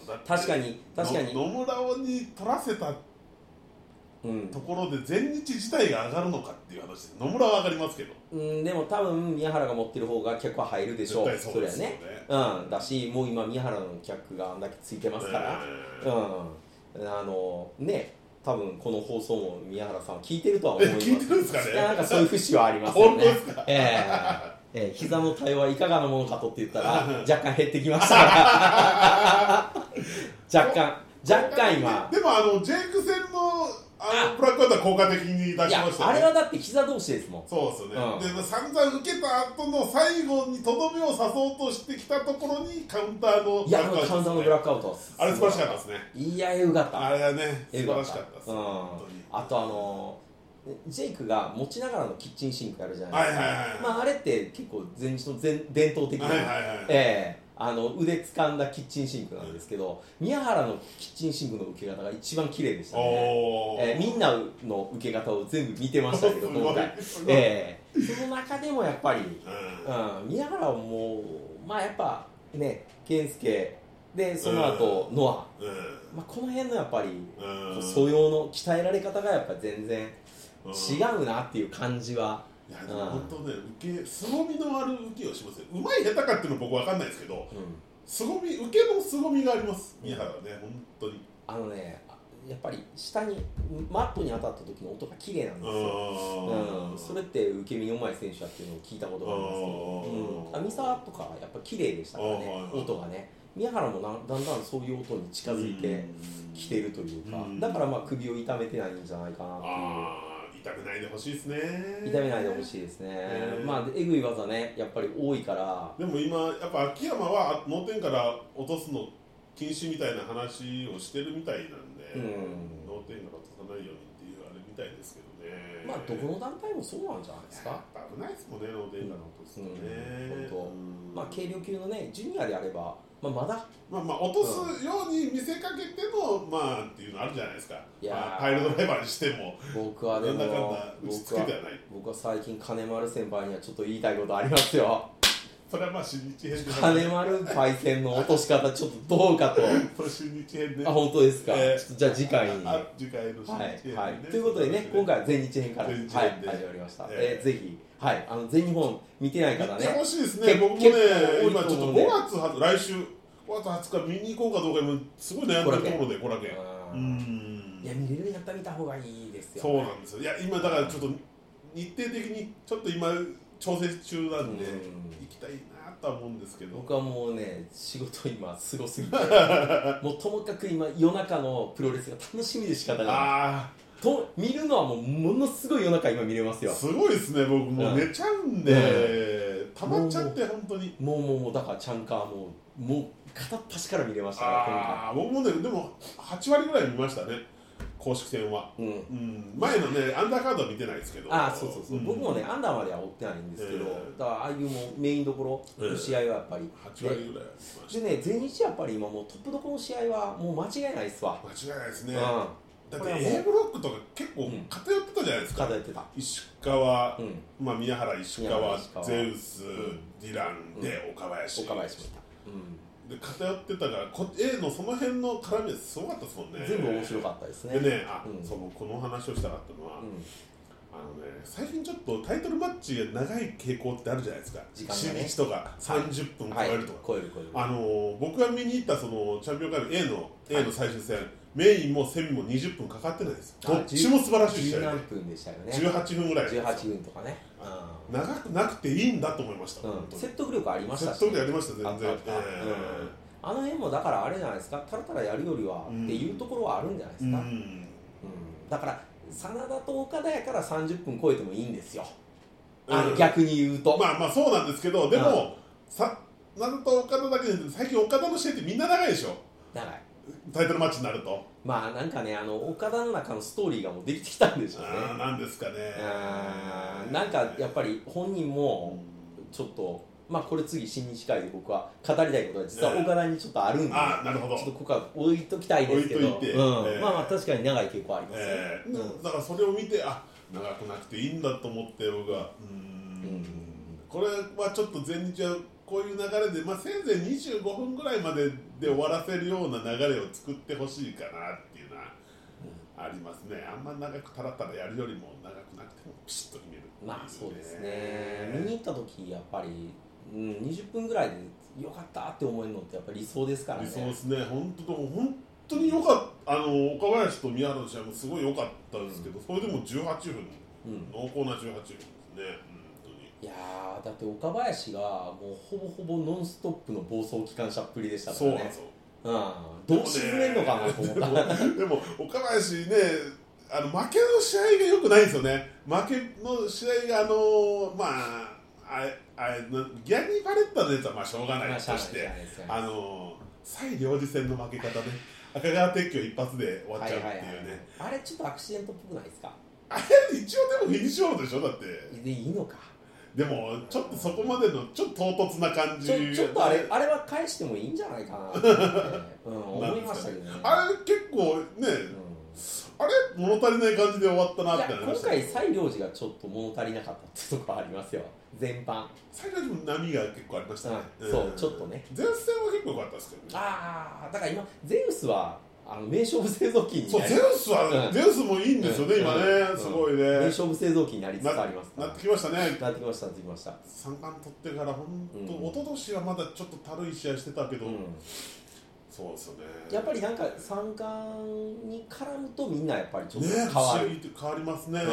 Speaker 1: うんだって
Speaker 2: 確かに確か
Speaker 1: の
Speaker 2: に、
Speaker 1: 野村をに取らせた
Speaker 2: うん
Speaker 1: ところで全日自体が上がるのかっていう話で野村は上がりますけど
Speaker 2: うん、でも多分宮原が持ってる方が客は入るでしょう
Speaker 1: 絶対そうですよね
Speaker 2: そりゃね、うん、だしもう今宮原の客があんだけついてますから、
Speaker 1: え
Speaker 2: うん、あのね多分この放送も宮原さんは聞いてるとは思い
Speaker 1: え
Speaker 2: ます
Speaker 1: 聞いてるんですかね
Speaker 2: いやなんかそういう節はありますよ
Speaker 1: 本
Speaker 2: ね
Speaker 1: 当ですか
Speaker 2: ええええ膝の対応はいかがなものかとって言ったら若干減ってきましたから若干若干今
Speaker 1: でもあのジェイク戦のあのブラックアウトは効果的に出しま
Speaker 2: い
Speaker 1: し
Speaker 2: や
Speaker 1: た
Speaker 2: あ
Speaker 1: よ
Speaker 2: れ
Speaker 1: ね
Speaker 2: はだって膝同士ですもん
Speaker 1: そうですよね、
Speaker 2: うん
Speaker 1: でまあ散々受けた後の最後にとどめを刺そうとしてきたところにカウンターの
Speaker 2: いやあのカウンターのブラ
Speaker 1: ック
Speaker 2: ックアウトは
Speaker 1: アウトですねあれ素晴らしかったですね
Speaker 2: いやえぐかった
Speaker 1: あれはね素
Speaker 2: え
Speaker 1: 晴
Speaker 2: ぐ
Speaker 1: らしかったです、
Speaker 2: うん
Speaker 1: 本当に
Speaker 2: あとあのジェイクが持ちながらのキッチンシンクやるじゃないですか、
Speaker 1: はいはいはい
Speaker 2: まあ、あれって結構前日の前伝統的な、
Speaker 1: はいはいはい
Speaker 2: ええあの腕掴んだキッチンシンクなんですけど、宮原のキッチンシンクの受け方が一番綺麗でしたね、
Speaker 1: おー
Speaker 2: ええみんなの受け方を全部見てましたけど
Speaker 1: すごい
Speaker 2: 今回、
Speaker 1: すごい
Speaker 2: ええその中でもやっぱり、う
Speaker 1: うん
Speaker 2: ん、宮原はもうまあやっぱね健介でその後、ノアまあ、この辺のやっぱり
Speaker 1: うんうん
Speaker 2: 素養の鍛えられ方がやっぱ全然
Speaker 1: うん
Speaker 2: 違うなっていう感じは、
Speaker 1: いやでも本当ね受け凄みのある受けをしますようまい下手かっていうの僕分かんないですけど
Speaker 2: うん
Speaker 1: 凄み受けの凄みがあります宮原はね本当に
Speaker 2: あのねやっぱり下にマットに当たった時の音が綺麗なんですよ、
Speaker 1: あ
Speaker 2: うん、
Speaker 1: ー
Speaker 2: それって受け身のうまい選手だっていうのを聞いたことがありますけど、うん、三沢とかやっぱ綺麗でしたからね
Speaker 1: あーはいはい
Speaker 2: 音がね宮原もなだんだんそういう音に近づいてきてるというか、だからまあ首を痛めてないんじゃないかなっていう。
Speaker 1: あー痛くないでほしいですね
Speaker 2: 痛めないでほ
Speaker 1: い
Speaker 2: しいですね、
Speaker 1: えー
Speaker 2: まあでえぐい技ねやっぱり多いから
Speaker 1: でも今やっぱ秋山は脳天から落とすの禁止みたいな話をしてるみたいなんで、
Speaker 2: うん
Speaker 1: 脳天から落とさないようにっていうあれみたいですけどね
Speaker 2: まあどこの団体もそうなんじゃないですか、
Speaker 1: やっぱ危ないですもんね脳天から落とすとね、
Speaker 2: うん本
Speaker 1: うん
Speaker 2: まあ軽量級のねジュニアであれば、まあ、まだ
Speaker 1: まあまあ落とすように見せかけても、まあっていうのあるじゃないですか
Speaker 2: いやー
Speaker 1: まあ、パイルドライバーにしても
Speaker 2: 僕はで
Speaker 1: なんだかん
Speaker 2: も
Speaker 1: だ打ちつ
Speaker 2: 僕
Speaker 1: け
Speaker 2: は
Speaker 1: てはない
Speaker 2: 僕は最近金丸先輩にはちょっと言いたいことありますよ
Speaker 1: それはまあ新日編で
Speaker 2: 金丸パイセンの落とし方ちょっとどう かと
Speaker 1: これ新日編で
Speaker 2: あ本当ですか、
Speaker 1: えー
Speaker 2: ちょっとじゃあ次回に
Speaker 1: ああ次回の新日編
Speaker 2: はい
Speaker 1: で、
Speaker 2: はい、ということでね、今回は全日編から、はい、
Speaker 1: 全
Speaker 2: 始
Speaker 1: 日編で
Speaker 2: まりました。
Speaker 1: え
Speaker 2: え
Speaker 1: ー
Speaker 2: ぜひ、はい、あの全日本見てない
Speaker 1: 見
Speaker 2: 方
Speaker 1: て
Speaker 2: ね
Speaker 1: ほ、しいです
Speaker 2: け
Speaker 1: ね僕もね
Speaker 2: 結構多いと
Speaker 1: 今ちょっ
Speaker 2: 思う
Speaker 1: と
Speaker 2: ん
Speaker 1: 5
Speaker 2: で
Speaker 1: 月は来週5月20日見に行こうかどうか今すごい悩んでるところでコラケンう
Speaker 2: うん
Speaker 1: ん
Speaker 2: いや見れるようになったら見た方がいいですよ。
Speaker 1: そうなんですよいや今だからちょっと日程的にちょっと今調整中なんで
Speaker 2: うん
Speaker 1: 行きたいなとは思うんですけど
Speaker 2: 僕はもうね、仕事今すご すぎて、もうともかく今夜中のプロレスが楽しみで仕方がない。
Speaker 1: あ
Speaker 2: と見るのはもうものすごい夜中今見れます
Speaker 1: あ
Speaker 2: よ。
Speaker 1: すごいですね僕もう寝ちゃうんで、溜まっちゃって本当に
Speaker 2: もうもうもうだからチャンカーもうもう片っ端から見れましたね
Speaker 1: ああ僕もねでも8割ぐらい見ましたね公式戦は、
Speaker 2: 今回。うん。
Speaker 1: うん、前のねアンダーカードは見てないですけど
Speaker 2: あーそうそうそう、
Speaker 1: ん
Speaker 2: 僕もねアンダーまでは追ってないんですけど、
Speaker 1: ええ
Speaker 2: だからああいうもうメインどころの試合はやっぱり、
Speaker 1: 8割ぐらいは見まし
Speaker 2: でね全日やっぱり今もうトップどころの試合はもう間違いないっすわ、
Speaker 1: た間違いないですね
Speaker 2: うん
Speaker 1: だって A ブロックとか結
Speaker 2: う
Speaker 1: 構
Speaker 2: ん
Speaker 1: 偏ってたじゃないですか、
Speaker 2: 肩やってた
Speaker 1: 石川
Speaker 2: う、ん
Speaker 1: まあ、宮原石
Speaker 2: 宮原
Speaker 1: 川
Speaker 2: 石川
Speaker 1: ゼウス、
Speaker 2: ん
Speaker 1: ディランで岡林、
Speaker 2: 岡林もいた、う
Speaker 1: で偏ってたからこ A のその辺の絡みはすごかったですもんね
Speaker 2: ん、全部面白かったですね
Speaker 1: でねあ、
Speaker 2: うん
Speaker 1: そのこの話をしたかったのは、あ
Speaker 2: うん
Speaker 1: のね、最近ちょっとタイトルマッチが長い傾向ってあるじゃないですか、
Speaker 2: 時間がね
Speaker 1: 新日とか30分超
Speaker 2: はい
Speaker 1: えるとか、
Speaker 2: 超える超える
Speaker 1: あのー僕が見に行ったそのチャンピオンカード A の A の最終戦、メインもセミも20分かかってないです、
Speaker 2: あ
Speaker 1: どっちも素晴らしい試
Speaker 2: 十
Speaker 1: 合
Speaker 2: 何
Speaker 1: で、
Speaker 2: 分でしたよね
Speaker 1: 18分ぐらい、
Speaker 2: 18分とかね、
Speaker 1: 長くなくていいんだと思いました、
Speaker 2: うん
Speaker 1: 本当に
Speaker 2: 説得力ありましたし
Speaker 1: 説
Speaker 2: ね、
Speaker 1: 得力ありました、全然。
Speaker 2: あったあった
Speaker 1: え
Speaker 2: うんあの辺もだからあれじゃないですかたらたらやるよりは、
Speaker 1: うん
Speaker 2: っていうところはあるんじゃない
Speaker 1: え
Speaker 2: ですか、
Speaker 1: うん
Speaker 2: うんだから真田と岡田やから30分超えてもいいんですよ、あ
Speaker 1: うん
Speaker 2: の逆に言うと、
Speaker 1: まあまあそうなんですけど、でも、さなんと岡田だけで、最近岡田の試合ってみんな長いでしょ、
Speaker 2: 長い
Speaker 1: タイトルマッチになると。
Speaker 2: まあなんかねあの岡田の中のストーリーがもうできてきたんでしょうね
Speaker 1: あーなんですかね
Speaker 2: うんなんかやっぱり本人もちょっとまあこれ次新日会で僕は語りたいことは実は岡田にちょっとあるんで、
Speaker 1: あーなるほど
Speaker 2: ちょっとここは置いときたいですけど
Speaker 1: 置いといて
Speaker 2: うん
Speaker 1: えー
Speaker 2: まあまあ確かに長い傾向ありますね、
Speaker 1: えー
Speaker 2: うん
Speaker 1: だからそれを見てあ長くなくていいんだと思って僕はうーん
Speaker 2: うん
Speaker 1: これはちょっと前日はこういう流れで、まあ、せいぜい25分ぐらいまでで終わらせるような流れを作ってほしいかなっていうのはありますねあんま長くたらたらやるよりも長くなくてもピシッと決めるってい
Speaker 2: まあそうですね見に行った時やっぱり、うん、20分ぐらいでよかったって思えるのってやっぱり理想ですからね
Speaker 1: 理想ですね、本当でも本当に良かった、あの岡林と宮原の試合もすごい良かったですけど、それでも18分、
Speaker 2: うん
Speaker 1: 濃厚な18分ですね、
Speaker 2: いやーだって岡林がもうほぼほぼノンストップの暴走機関車っぷりでした
Speaker 1: 本当に。
Speaker 2: か
Speaker 1: そう
Speaker 2: ら
Speaker 1: なんで
Speaker 2: ね
Speaker 1: すよ。
Speaker 2: うんどう沈めるのかな と思った
Speaker 1: でも岡林ね、あの負けの試合が良くないんですよね。負けの試合があのまああれあれなギャニー・バレッタのやつはまあしょうがないとして、あの蔡領事戦の負け方ね、赤川鉄橋一発で終わっちゃうっていうね。
Speaker 2: あれちょっとアクシデントっぽくないですか
Speaker 1: あれ一応でもフィニッシュオールでしょだって。
Speaker 2: でいいのか
Speaker 1: でもちょっとそこまでのちょっと唐突な感じ
Speaker 2: ちょちょっとあれあれは返してもいいんじゃないかなと思って、 うん、思いましたけどね
Speaker 1: あれ結構ね
Speaker 2: うん
Speaker 1: あれ物足りない感じで終わったないっ
Speaker 2: や
Speaker 1: てなりま
Speaker 2: 今
Speaker 1: したけ
Speaker 2: 回、
Speaker 1: ど
Speaker 2: 西良寺がちょっと物足りなかったってとこはありますよ、全般。
Speaker 1: 最後にも波が結構ありましたね、
Speaker 2: うんそうちょっとね
Speaker 1: 前線は結構良かったですけどね
Speaker 2: ああ、だから今、ゼウスはあの名勝負製造機に
Speaker 1: そう
Speaker 2: なり
Speaker 1: ゼウスは、
Speaker 2: うん
Speaker 1: ゼウスもいいんですよね、
Speaker 2: うん
Speaker 1: 今ね、
Speaker 2: うん
Speaker 1: すごい
Speaker 2: 名
Speaker 1: ね、
Speaker 2: 勝負製造機になりつつ
Speaker 1: な
Speaker 2: ありますから
Speaker 1: なってきましたね
Speaker 2: なってきました、なってきました。
Speaker 1: 三冠取ってから本当、
Speaker 2: うん
Speaker 1: 一昨年はまだちょっとたるい試合してたけど、
Speaker 2: うん、
Speaker 1: そうですよね
Speaker 2: やっぱりなんか三冠に絡むとみんなやっぱりちょっと変わ
Speaker 1: ね
Speaker 2: る、
Speaker 1: 不思議と変わりますね、
Speaker 2: うん
Speaker 1: う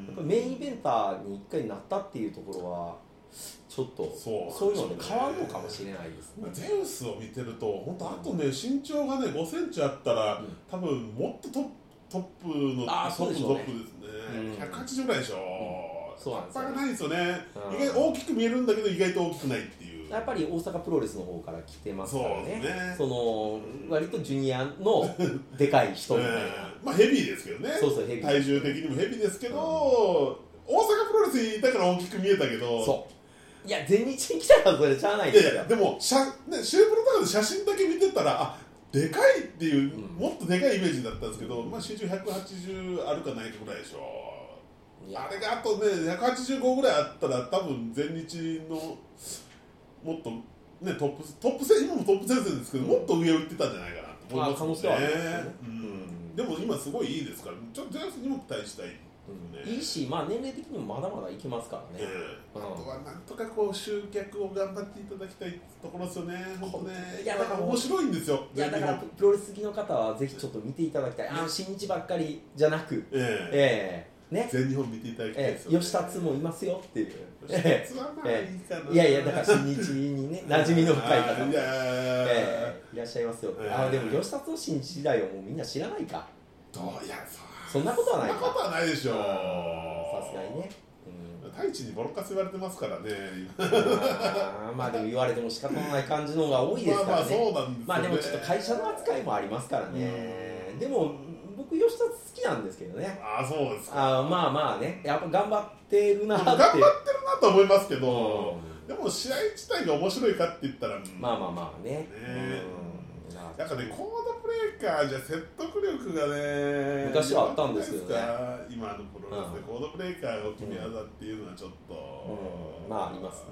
Speaker 1: ん
Speaker 2: やっぱメインイベンターに一回なったっていうところはちょっと
Speaker 1: そう
Speaker 2: そういうので変わるのかもしれないですね
Speaker 1: ゼウスを見てると本当あとね身長がね5センチあったら、
Speaker 2: うん
Speaker 1: 多分もっとトップトップの
Speaker 2: あー
Speaker 1: ト
Speaker 2: そ
Speaker 1: ッ
Speaker 2: うで
Speaker 1: プ
Speaker 2: し
Speaker 1: の
Speaker 2: ょう
Speaker 1: トッ
Speaker 2: ね
Speaker 1: プですね、
Speaker 2: うん
Speaker 1: 180ぐらいでしょ、
Speaker 2: そうなんです
Speaker 1: 葉
Speaker 2: よ
Speaker 1: っぱがないですよね、
Speaker 2: うん
Speaker 1: 意外大きく見えるんだけど意外と大きくないっていう
Speaker 2: やっぱり大阪プロレスの方から来てますから
Speaker 1: そうで
Speaker 2: ね
Speaker 1: すね
Speaker 2: その割とジュニアのでかい人みたいな、
Speaker 1: うんまあヘビーですけどね
Speaker 2: そうそうヘビー
Speaker 1: 体重的にもヘビーですけど、大阪プロレスにいたから大きく見えたけど
Speaker 2: そういや全日に来たらそれしゃあない
Speaker 1: い
Speaker 2: で
Speaker 1: や
Speaker 2: す
Speaker 1: い
Speaker 2: よ
Speaker 1: やでも写、ね、シュープロとかで写真だけ見てたらあでかいっていう、
Speaker 2: うん
Speaker 1: もっとでかいイメージだったんですけど、まあ、身長180あるかないかぐらいでしょ
Speaker 2: いや
Speaker 1: あれがあとね185ぐらいあったら多分全日のもっと、ね、トップトップ戦今もトップ戦線ですけど、
Speaker 2: うん
Speaker 1: もっと上を行ってたんじゃないかなと思います
Speaker 2: あ可能性はありますね
Speaker 1: う
Speaker 2: うん
Speaker 1: ん、でも今すごいいいですからちょっとジャイアンツにも期待したい、ね
Speaker 2: うんいいし、まあ、年齢的にもまだまだいけますからね、
Speaker 1: ええ
Speaker 2: うん
Speaker 1: あとはなんとかこう集客を頑張っていただきたいところですよね、本当ね、
Speaker 2: いや
Speaker 1: だから面白いんですよ、
Speaker 2: いやだから
Speaker 1: 全日本
Speaker 2: プロレス好きの方はぜひちょっと見ていただきたい、あの新日ばっかりじゃなく、
Speaker 1: ええ
Speaker 2: ええね、
Speaker 1: 全日本見ていただきたい
Speaker 2: え
Speaker 1: です
Speaker 2: え
Speaker 1: よ、ね、
Speaker 2: 吉達もいますよっていう、
Speaker 1: 吉
Speaker 2: え
Speaker 1: 達はまあいいかな、
Speaker 2: えいやいや、だから新日にね、馴染みの深い
Speaker 1: あ
Speaker 2: 方
Speaker 1: ーい
Speaker 2: も、
Speaker 1: や
Speaker 2: え
Speaker 1: ー
Speaker 2: えいらっしゃいますよ、
Speaker 1: ええ
Speaker 2: あでも吉達の新日時代はもうみんな知らないか、
Speaker 1: どういや
Speaker 2: そんなことはない
Speaker 1: そんなこと
Speaker 2: か、
Speaker 1: はないでしょう
Speaker 2: うんさすがにね。うん
Speaker 1: 太一にボロカス言われてますからね
Speaker 2: あーまあでも言われても仕方のない感じの方が多いですか
Speaker 1: まあま
Speaker 2: ら
Speaker 1: あ
Speaker 2: ね
Speaker 1: そうなんですよ、ね、
Speaker 2: まあでもちょっと会社の扱いもありますからねでも僕吉田好きなんですけどね
Speaker 1: ああそうですか
Speaker 2: あーまあまあねやっぱ頑張ってるな
Speaker 1: 頑張
Speaker 2: ー
Speaker 1: っ
Speaker 2: ってて
Speaker 1: るなと思いますけど、
Speaker 2: う
Speaker 1: でも試合自体が面白いかって言ったら、うん
Speaker 2: んまあまあまあね
Speaker 1: ねえ
Speaker 2: うん
Speaker 1: なんかね、コードブレーカーじゃ説得力がね、
Speaker 2: 昔はあったんですけどね
Speaker 1: なかったですか今のプロレスで、
Speaker 2: うん
Speaker 1: コードブレーカーを決め技っていうのはちょっと、
Speaker 2: うんまあありますね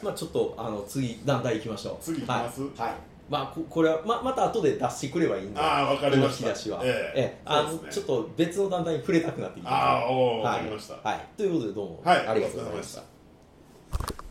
Speaker 1: え
Speaker 2: まあちょっとあの次段々いきましょう
Speaker 1: 次いきます
Speaker 2: はい、はいまあここれはままた後で出してくればいいん
Speaker 1: え
Speaker 2: で
Speaker 1: ああ、わかりまし
Speaker 2: こ
Speaker 1: た。
Speaker 2: の引き出しは、
Speaker 1: え
Speaker 2: ええあの
Speaker 1: そうです
Speaker 2: ちょ
Speaker 1: ね
Speaker 2: っと別の団体に触れたくなってきました
Speaker 1: ああ、おお、わ
Speaker 2: はい
Speaker 1: かりました。
Speaker 2: はい、ということでどうも、
Speaker 1: はい
Speaker 2: ありがとうございました。